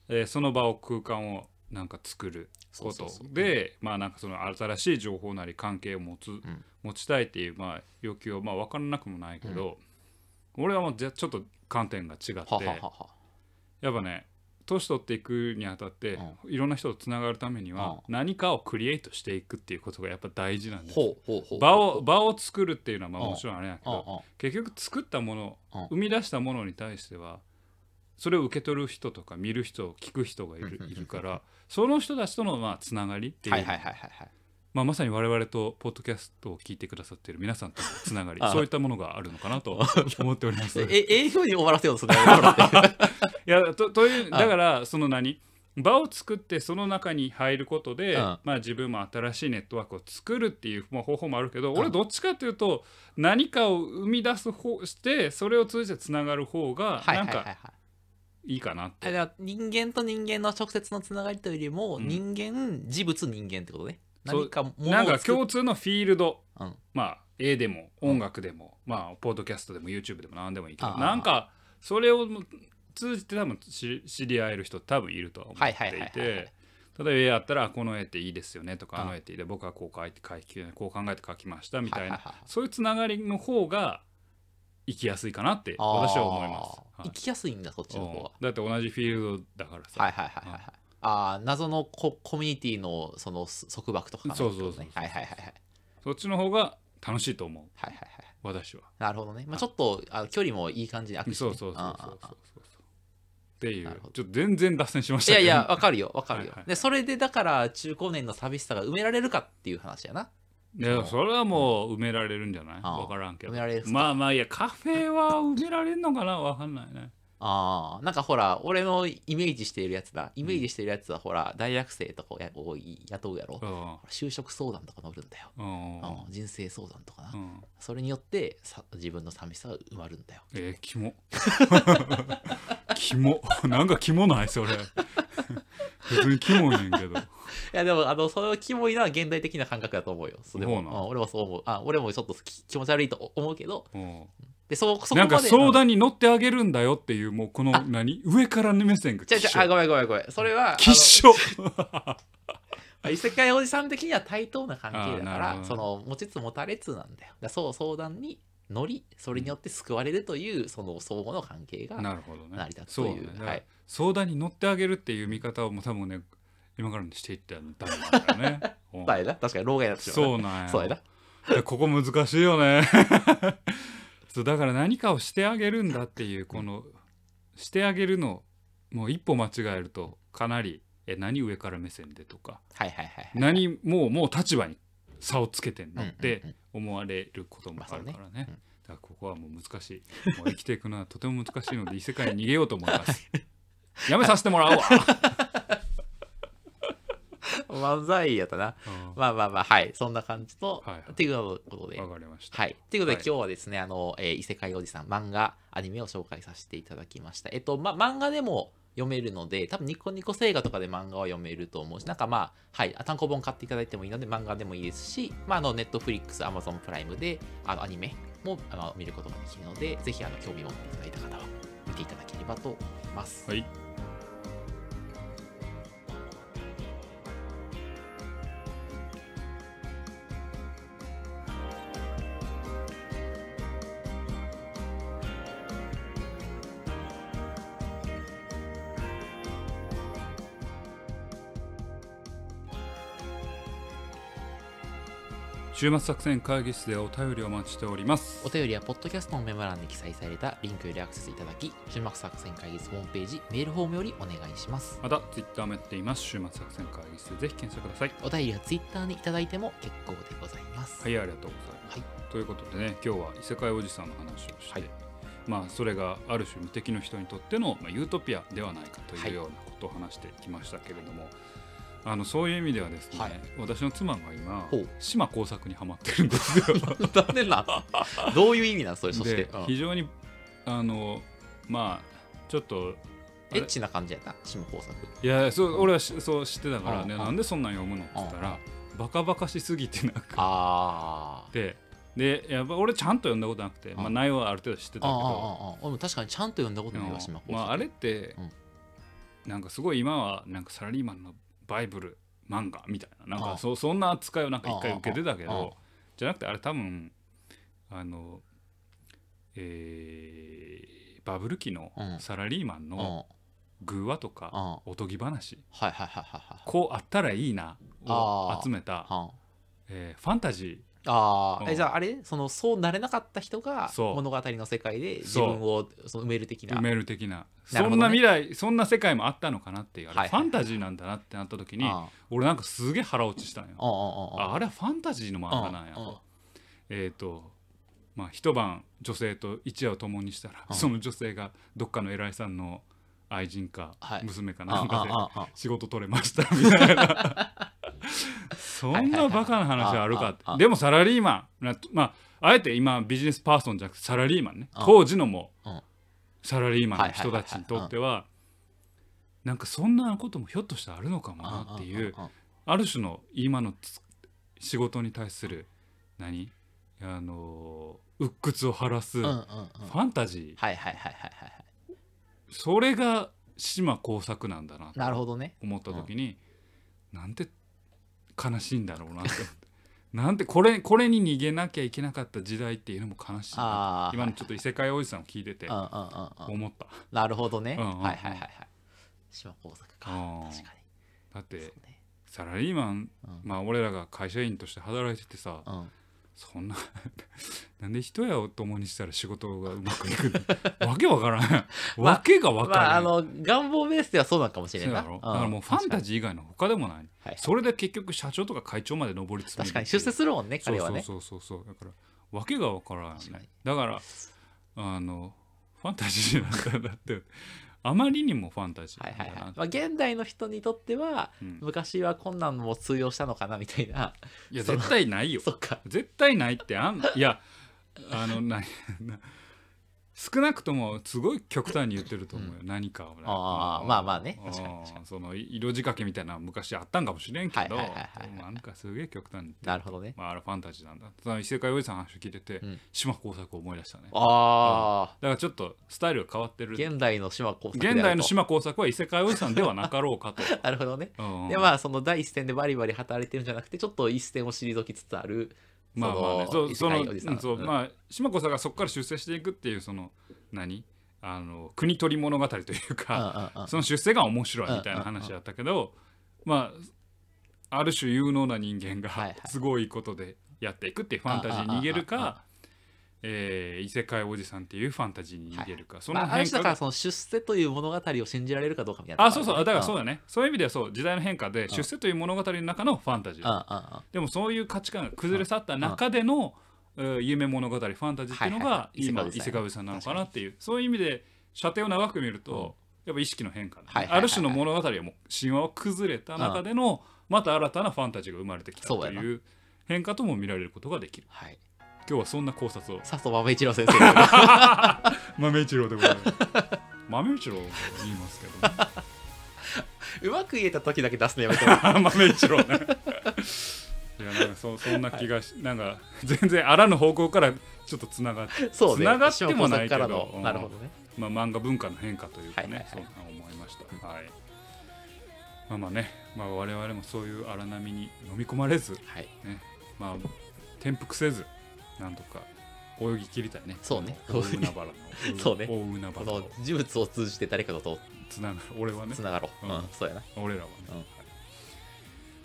Speaker 1: えーその場を空間をなんか作る
Speaker 2: そう
Speaker 1: こ
Speaker 2: そ
Speaker 1: と
Speaker 2: うそう、
Speaker 1: でまあなんかその新しい情報なり関係を持つ、
Speaker 2: ん
Speaker 1: 持ちたいっていうまあ要求はまあ分からなくもないけど、俺はもうじゃちょっと観点が違って
Speaker 2: はははは
Speaker 1: やっぱね年取っていくにあたって、いろんな人とつながるためには、何かをクリエイトしていくっていうことがやっぱ大事なんですよ
Speaker 2: ほうほうほう。
Speaker 1: 場を場を作るっていうのはまあ
Speaker 2: うん
Speaker 1: もちろんあれやけ
Speaker 2: うんうん
Speaker 1: ど結局作ったもの
Speaker 2: うん
Speaker 1: 生み出したものに対してはそれを受け取る人とか見る人聞く人がいる
Speaker 2: うんうんうんうん
Speaker 1: いるからその人たちとのまあつながりっていう
Speaker 2: はいはいはいはいはい。
Speaker 1: まあ、まさに我々とポッドキャストを聞いてくださっている皆さんとのつながり
Speaker 2: ああ
Speaker 1: そういったものがあるのかな と思っております。い
Speaker 2: え、え、営業に終わらせようとするのやめて もらって
Speaker 1: やとという
Speaker 2: ああ
Speaker 1: だからその何場を作ってその中に入ることで、
Speaker 2: ああ
Speaker 1: まあ、自分も新しいネットワークを作るっていうまあ方法もあるけど
Speaker 2: あ
Speaker 1: 俺
Speaker 2: あ
Speaker 1: どっちかというと何かを生み出す方してそれを通じてつながる方が
Speaker 2: はい
Speaker 1: な
Speaker 2: はい
Speaker 1: ん
Speaker 2: はいは
Speaker 1: か
Speaker 2: い。
Speaker 1: いいかなって、
Speaker 2: あだから人間と人間の直接のつながりというよりも、
Speaker 1: うん
Speaker 2: 人間、事物人間ってことね。
Speaker 1: そう
Speaker 2: 何かも
Speaker 1: なんか
Speaker 2: 作っ
Speaker 1: 共通のフィールド
Speaker 2: うん
Speaker 1: まあ絵でも音楽でも、まあポッドキャストでも YouTube でも何でもいいけど
Speaker 2: ああ
Speaker 1: なんかそれを通じて多分知知り合える人多分いるとは思っていて、
Speaker 2: はいはいはいはいはい
Speaker 1: 例えば絵やったらあこの絵っていいですよねとか
Speaker 2: あ
Speaker 1: あの絵っていいで僕はこう書いて書いてこう考えて書きましたみたいな、
Speaker 2: はいはいはいはい
Speaker 1: そういうつながりの方が生きやすいかなって私は思います。
Speaker 2: あー
Speaker 1: はい
Speaker 2: 生きやすいんだ、そっちの方は。
Speaker 1: だって同じフィールドだからさ、
Speaker 2: はいはいはいはいはい。ああ、謎のココミュニティのその束縛とかがないってことね
Speaker 1: そうそうそうそう
Speaker 2: はいはいはいはい。
Speaker 1: そっちの方が楽しいと思う
Speaker 2: はいはいはい。
Speaker 1: 私は。
Speaker 2: なるほどね。ま
Speaker 1: はい
Speaker 2: あ、ちょっとあ距離もいい感じにアク
Speaker 1: そうそうそうそうそうそうっていう
Speaker 2: なるほど
Speaker 1: ちょっと全然脱線しました
Speaker 2: いや
Speaker 1: けど
Speaker 2: いや、わかるよ、わかるよ。
Speaker 1: はいはい
Speaker 2: で、それでだから、中高年の寂しさが埋められるかっていう話やな。
Speaker 1: いやそれはもう埋められるんじゃない
Speaker 2: ああ
Speaker 1: わからんけど
Speaker 2: 埋められるっすか
Speaker 1: まあまあいやカフェは埋められるのかなわかんないね
Speaker 2: ああ、なんかほら、俺のイメージしているやつだ。イメージしているやつは、ほら、大学生とかをやを雇うやろ。
Speaker 1: う
Speaker 2: ほ
Speaker 1: ん
Speaker 2: ら就職相談とか乗るんだよ。
Speaker 1: うん
Speaker 2: うん人生相談とかな。
Speaker 1: うん
Speaker 2: それによってさ、自分の寂しさが埋まるんだよ。
Speaker 1: えー、キ モキモなんかキモないそれ別にキモいねんけど
Speaker 2: いやでもあのそれはキモいな現代的な感覚だと思うよ。それも
Speaker 1: そうなの
Speaker 2: うん俺はそう思う。あ俺もちょっとき気持ち悪いと思うけど、
Speaker 1: うん
Speaker 2: でそそこまで
Speaker 1: なんか相
Speaker 2: うん
Speaker 1: 談に乗ってあげるんだよっていうもうこの
Speaker 2: あ
Speaker 1: 何上からの目線が
Speaker 2: じゃじゃあ
Speaker 1: ょ
Speaker 2: ごめんごめんごめん。それはあの
Speaker 1: きっしょ
Speaker 2: 異世界おじさん的には対等な関係だか
Speaker 1: あーなるほど
Speaker 2: ら
Speaker 1: ね
Speaker 2: その持ちつ持たれつなんだよ。だからそう相談に乗りそれによって救われるというその相互の関係が。
Speaker 1: なるほどね
Speaker 2: 成り立つ
Speaker 1: そ
Speaker 2: と
Speaker 1: う
Speaker 2: い
Speaker 1: ね
Speaker 2: う
Speaker 1: だから
Speaker 2: はい
Speaker 1: 相談に乗ってあげるっていう見方をもう多分ね今からにしていったんだろう ね、うん
Speaker 2: そうやな確かに老害になってしまう
Speaker 1: そう
Speaker 2: な。
Speaker 1: なんや
Speaker 2: そうやな。
Speaker 1: でここ難しいよね そうだから何かをしてあげるんだっていうこのしてあげるのもう一歩間違えるとかなりえ何上から目線でとか
Speaker 2: はいはいはいはい。
Speaker 1: 何もうもう立場に差をつけてんのっ
Speaker 2: うんうんう
Speaker 1: て
Speaker 2: ん
Speaker 1: 思われることもあるからね,、
Speaker 2: まあそう
Speaker 1: だ
Speaker 2: うん
Speaker 1: からここはもう難しいもう生きていくのはとても難しいので異世界に逃げようと思い ますやめさせてもらうわ、
Speaker 2: 漫才やったな。まあまあまあはいそんな感じと、
Speaker 1: はいはい
Speaker 2: っていうことで
Speaker 1: わ。かりました、
Speaker 2: はい。ということで、
Speaker 1: はい
Speaker 2: 今日はですね、あの、えー異世界おじさん、漫画、アニメを紹介させていただきました。えっと、ま、漫画でも読めるので、多分ニコニコ星画とかで漫画は読めると思うし、なんかまあ、はい、単行本買っていただいてもいいので、漫画でもいいですし、まあ、あの、ネットフリックス、アマゾンプライムで、あの、アニメもあの見ることができるので、ぜひ、あの、興味を持っていただいた方は、見ていただければと思います。
Speaker 1: はい週末作戦会議室でお便りをお待ちしております
Speaker 2: お便りはポッドキャストのメモ欄に記載されたリンクよりアクセスいただき、中幕作戦会議室ホームページ、メールフォームよりお願いします。
Speaker 1: またツイッターもやっています週末作戦会議室ぜひ検索ください
Speaker 2: お便りはツイッターにいただいても結構でございます。
Speaker 1: はいありがとうございます、
Speaker 2: は
Speaker 1: ということでね今日は異世界おじさんの話をして、
Speaker 2: はい
Speaker 1: まあそれがある種無敵の人にとっての、まあ、ユートピアではないかと
Speaker 2: はいいう
Speaker 1: ようなことを話してきましたけれども、あのそういう意味ではですね、
Speaker 2: はい
Speaker 1: 私の妻が今
Speaker 2: ほう
Speaker 1: 島工作にはまってるんですよ
Speaker 2: なんでなどういう意味なん それそして
Speaker 1: で、
Speaker 2: うん
Speaker 1: 非常にあのまあちょっとあれ
Speaker 2: エッチな感じやった島工作
Speaker 1: いやそう俺はしそう知ってたからね
Speaker 2: うん
Speaker 1: なんでそんなん読むのって言ったらバカバカしすぎてなんか
Speaker 2: あー
Speaker 1: ででやっぱ俺ちゃんと読んだことなくて、まあ、
Speaker 2: うん
Speaker 1: 内容はある程度知ってたけ
Speaker 2: あああ
Speaker 1: ど
Speaker 2: あああ俺も確かにちゃんと読んだこと
Speaker 1: で
Speaker 2: ない
Speaker 1: も
Speaker 2: わ島工作、
Speaker 1: まあ、あれって、
Speaker 2: うん
Speaker 1: なんかすごい今はなんかサラリーマンのバイブル漫画みたいななん
Speaker 2: う
Speaker 1: か
Speaker 2: ん
Speaker 1: そそんな扱いをなんか一回受けてたけ
Speaker 2: うんうんうん
Speaker 1: どじゃなくてあれ多分あのえーバブル期の
Speaker 2: うん
Speaker 1: サラリーマン
Speaker 2: うん、
Speaker 1: の寓話とか
Speaker 2: うん
Speaker 1: おとぎ話
Speaker 2: はいはいはいはいはい
Speaker 1: こうあったらいいなを
Speaker 2: あー
Speaker 1: 集めた、
Speaker 2: はん
Speaker 1: えーファンタジ
Speaker 2: あー
Speaker 1: う
Speaker 2: え
Speaker 1: ん
Speaker 2: じゃああれそのそうなれなかった人が
Speaker 1: そう
Speaker 2: 物語の世界で自
Speaker 1: そう
Speaker 2: 分をその埋める的
Speaker 1: ー
Speaker 2: な
Speaker 1: 埋める的な
Speaker 2: なる
Speaker 1: そ
Speaker 2: ほどね
Speaker 1: んな未来そんな世界もあったのかなっていうあれ
Speaker 2: はいはい
Speaker 1: ファンタジーなんだなってなった時に
Speaker 2: あ
Speaker 1: 俺なんかすげえ腹落ちしたんよ
Speaker 2: あああああ
Speaker 1: ああれはファンタジーの漫画なんや
Speaker 2: うんうん
Speaker 1: とえっとまあ一晩女性と一夜を共にした
Speaker 2: う
Speaker 1: ら
Speaker 2: ん
Speaker 1: その女性がどっかの偉いさんの愛人か
Speaker 2: はい
Speaker 1: 娘かなんかで
Speaker 2: あああ
Speaker 1: 仕事取れました みたいなそんなバカな話あるか
Speaker 2: ああ
Speaker 1: っ
Speaker 2: あ
Speaker 1: てでもサラリーマンなまああえて今ビジネスパーソンじゃなくてサラリーマンね
Speaker 2: あ
Speaker 1: 当時のもう
Speaker 2: うん
Speaker 1: サラリーマンの人たちにとってはなんかそんなこともひょっとしたらあるのかもなっていう
Speaker 2: あ
Speaker 1: ある種の今のつ仕事に対する何あのー鬱屈を晴らす
Speaker 2: うん
Speaker 1: フ
Speaker 2: うんうんはい
Speaker 1: ァンタジー
Speaker 2: はいはいはいはいはい
Speaker 1: それが島耕作なんだなと
Speaker 2: なるほどね
Speaker 1: 思った時に、なんて悲しいんだろうなって 思ってなんてこれこれに逃げなきゃいけなかった時代っていうのも悲しいな
Speaker 2: ああ
Speaker 1: 今のちょっと異世界おじさんを聞いてて
Speaker 2: うんうんうんうん
Speaker 1: 思った
Speaker 2: なるほどね。
Speaker 1: う
Speaker 2: は
Speaker 1: ん
Speaker 2: い
Speaker 1: うんうん
Speaker 2: はいはいはい。島工作か。
Speaker 1: うん
Speaker 2: 確か
Speaker 1: だっ
Speaker 2: に。
Speaker 1: て
Speaker 2: そうね
Speaker 1: サラリーマン
Speaker 2: うん
Speaker 1: まあ俺らが会社員として働いててさ
Speaker 2: うん
Speaker 1: そんな なんで人やを共にしたら仕事がうまくいくの わけわからん
Speaker 2: まあ
Speaker 1: わけがわか
Speaker 2: まあ、
Speaker 1: ら
Speaker 2: あ
Speaker 1: ん、
Speaker 2: の、願望ベースではそうなんかもしれ
Speaker 1: そ
Speaker 2: ん
Speaker 1: う
Speaker 2: な
Speaker 1: だ
Speaker 2: い
Speaker 1: ろ、
Speaker 2: な。
Speaker 1: だからもうファンタジー以外の他でもない、
Speaker 2: はい
Speaker 1: それで結局社長とか会長まで上り詰め
Speaker 2: 確
Speaker 1: る
Speaker 2: かに、出世するもんね、
Speaker 1: そう
Speaker 2: 彼はね。
Speaker 1: そうそうそうそうだからわけがわからんよ
Speaker 2: 確かに
Speaker 1: ねだからあのファンタジーなんだなってあまりにもファンタジー
Speaker 2: は
Speaker 1: ないんだ
Speaker 2: はい
Speaker 1: な
Speaker 2: はい。まあ、現代の人にとっては、
Speaker 1: うん
Speaker 2: 昔はこんなんも通用したのかなみたいな。
Speaker 1: いや
Speaker 2: その
Speaker 1: 絶対ないよ
Speaker 2: そっか。
Speaker 1: 絶対ないってあんいやあのなな少なくともすごい極端に言ってると思うよ、何かをね
Speaker 2: あーまあまあね
Speaker 1: うん
Speaker 2: 確かに確か
Speaker 1: そのい色仕掛けみたいなの昔あったんかもしれんけど
Speaker 2: はいはいはいはいはい
Speaker 1: でもなんかすげえ極端に言って
Speaker 2: なるほどね。
Speaker 1: まあ、あれファンタジーなんだその異世界おじさんの話聞いてて、
Speaker 2: うん
Speaker 1: 島耕作を思い出したねだか
Speaker 2: ああ、
Speaker 1: らちょっとスタイルが変わってる現
Speaker 2: 現代の島工作であると
Speaker 1: 代の島耕作は異世界おじさんではなかろうかと、
Speaker 2: なるほどね。
Speaker 1: うん
Speaker 2: でまあその第一線でバリバリ働いてるんじゃなくてちょっと一線を退きつつある
Speaker 1: まあまあね、
Speaker 2: その
Speaker 1: そうその
Speaker 2: 異世界おじさん
Speaker 1: うんそう
Speaker 2: うん
Speaker 1: まあ島子さんがそこから出世していくっていうその何あの国取り物語というか、
Speaker 2: うんうんうん
Speaker 1: その出世が面白いみたいな話だったけど、まあある種有能な人間
Speaker 2: はい
Speaker 1: が
Speaker 2: はい
Speaker 1: すごいことでやっていくっていうファンタジーに逃げる
Speaker 2: ああああ
Speaker 1: か、えー異世界おじさんっていうファンタジーに逃げるか、そ
Speaker 2: ま
Speaker 1: の
Speaker 2: あ、あ
Speaker 1: 変
Speaker 2: る種だ
Speaker 1: 化
Speaker 2: か
Speaker 1: が
Speaker 2: らその出世という物語を信じられるかどうかみたいな
Speaker 1: あそうそうだからそう
Speaker 2: う
Speaker 1: だね、そういう意味ではそう時代の変化で出世という物語の中のファンタジー、
Speaker 2: んうんうん
Speaker 1: でもそういう価値観が崩れ去った中での、えー夢物語ファンタジーっていうの
Speaker 2: はいは
Speaker 1: が
Speaker 2: いはい
Speaker 1: 今
Speaker 2: 異世界おじ
Speaker 1: 伊勢神さ
Speaker 2: さん
Speaker 1: んなのかなっていうそういう意味で射程を長く見ると、やっぱ意識の変化だね、
Speaker 2: はいはいはいはい
Speaker 1: ある種の物語はもう神話を崩れた中での、また新たなファンタジーが生まれてきた
Speaker 2: そう
Speaker 1: と
Speaker 2: やな
Speaker 1: いう変化とも見られることができる
Speaker 2: はい
Speaker 1: 今日はそんな考察 を
Speaker 2: 佐藤豆一郎先生
Speaker 1: 豆一郎でございます豆一郎と言いますけど、ね、
Speaker 2: うまく言えた時だけ出すのやめてもらって
Speaker 1: あ豆一郎ね いやなんかそそんな気がし、なんか全然あらぬ方向からちょっとつながって
Speaker 2: そうね
Speaker 1: 繋がってもないけど
Speaker 2: 島工作からの
Speaker 1: うん
Speaker 2: なるほどね
Speaker 1: まあ、漫画文化の変化というかね、
Speaker 2: はいはいはい
Speaker 1: そんな思いました。はいまあまあね、まあ、我々もそういう荒波に飲み込まれず、
Speaker 2: はい
Speaker 1: まあ、転覆せず、なんとか泳ぎ切りたいね。
Speaker 2: そうね
Speaker 1: 大海原の。
Speaker 2: そうね
Speaker 1: 大海
Speaker 2: こ
Speaker 1: 原
Speaker 2: の
Speaker 1: の。
Speaker 2: 呪物を通じて誰かと
Speaker 1: つながる、俺はね
Speaker 2: つ、ながろう、
Speaker 1: うん
Speaker 2: うん、そうやな
Speaker 1: 俺らはね。
Speaker 2: うん
Speaker 1: はい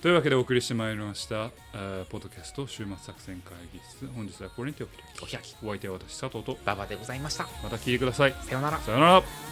Speaker 1: というわけでお送りしてまいりました、えーポッドキャスト週末作戦会議室本日はこれにてお開き
Speaker 2: お開き
Speaker 1: お相手は私佐藤と
Speaker 2: ババでございました
Speaker 1: また聞いてください
Speaker 2: さようなら
Speaker 1: さよなら
Speaker 2: さよなら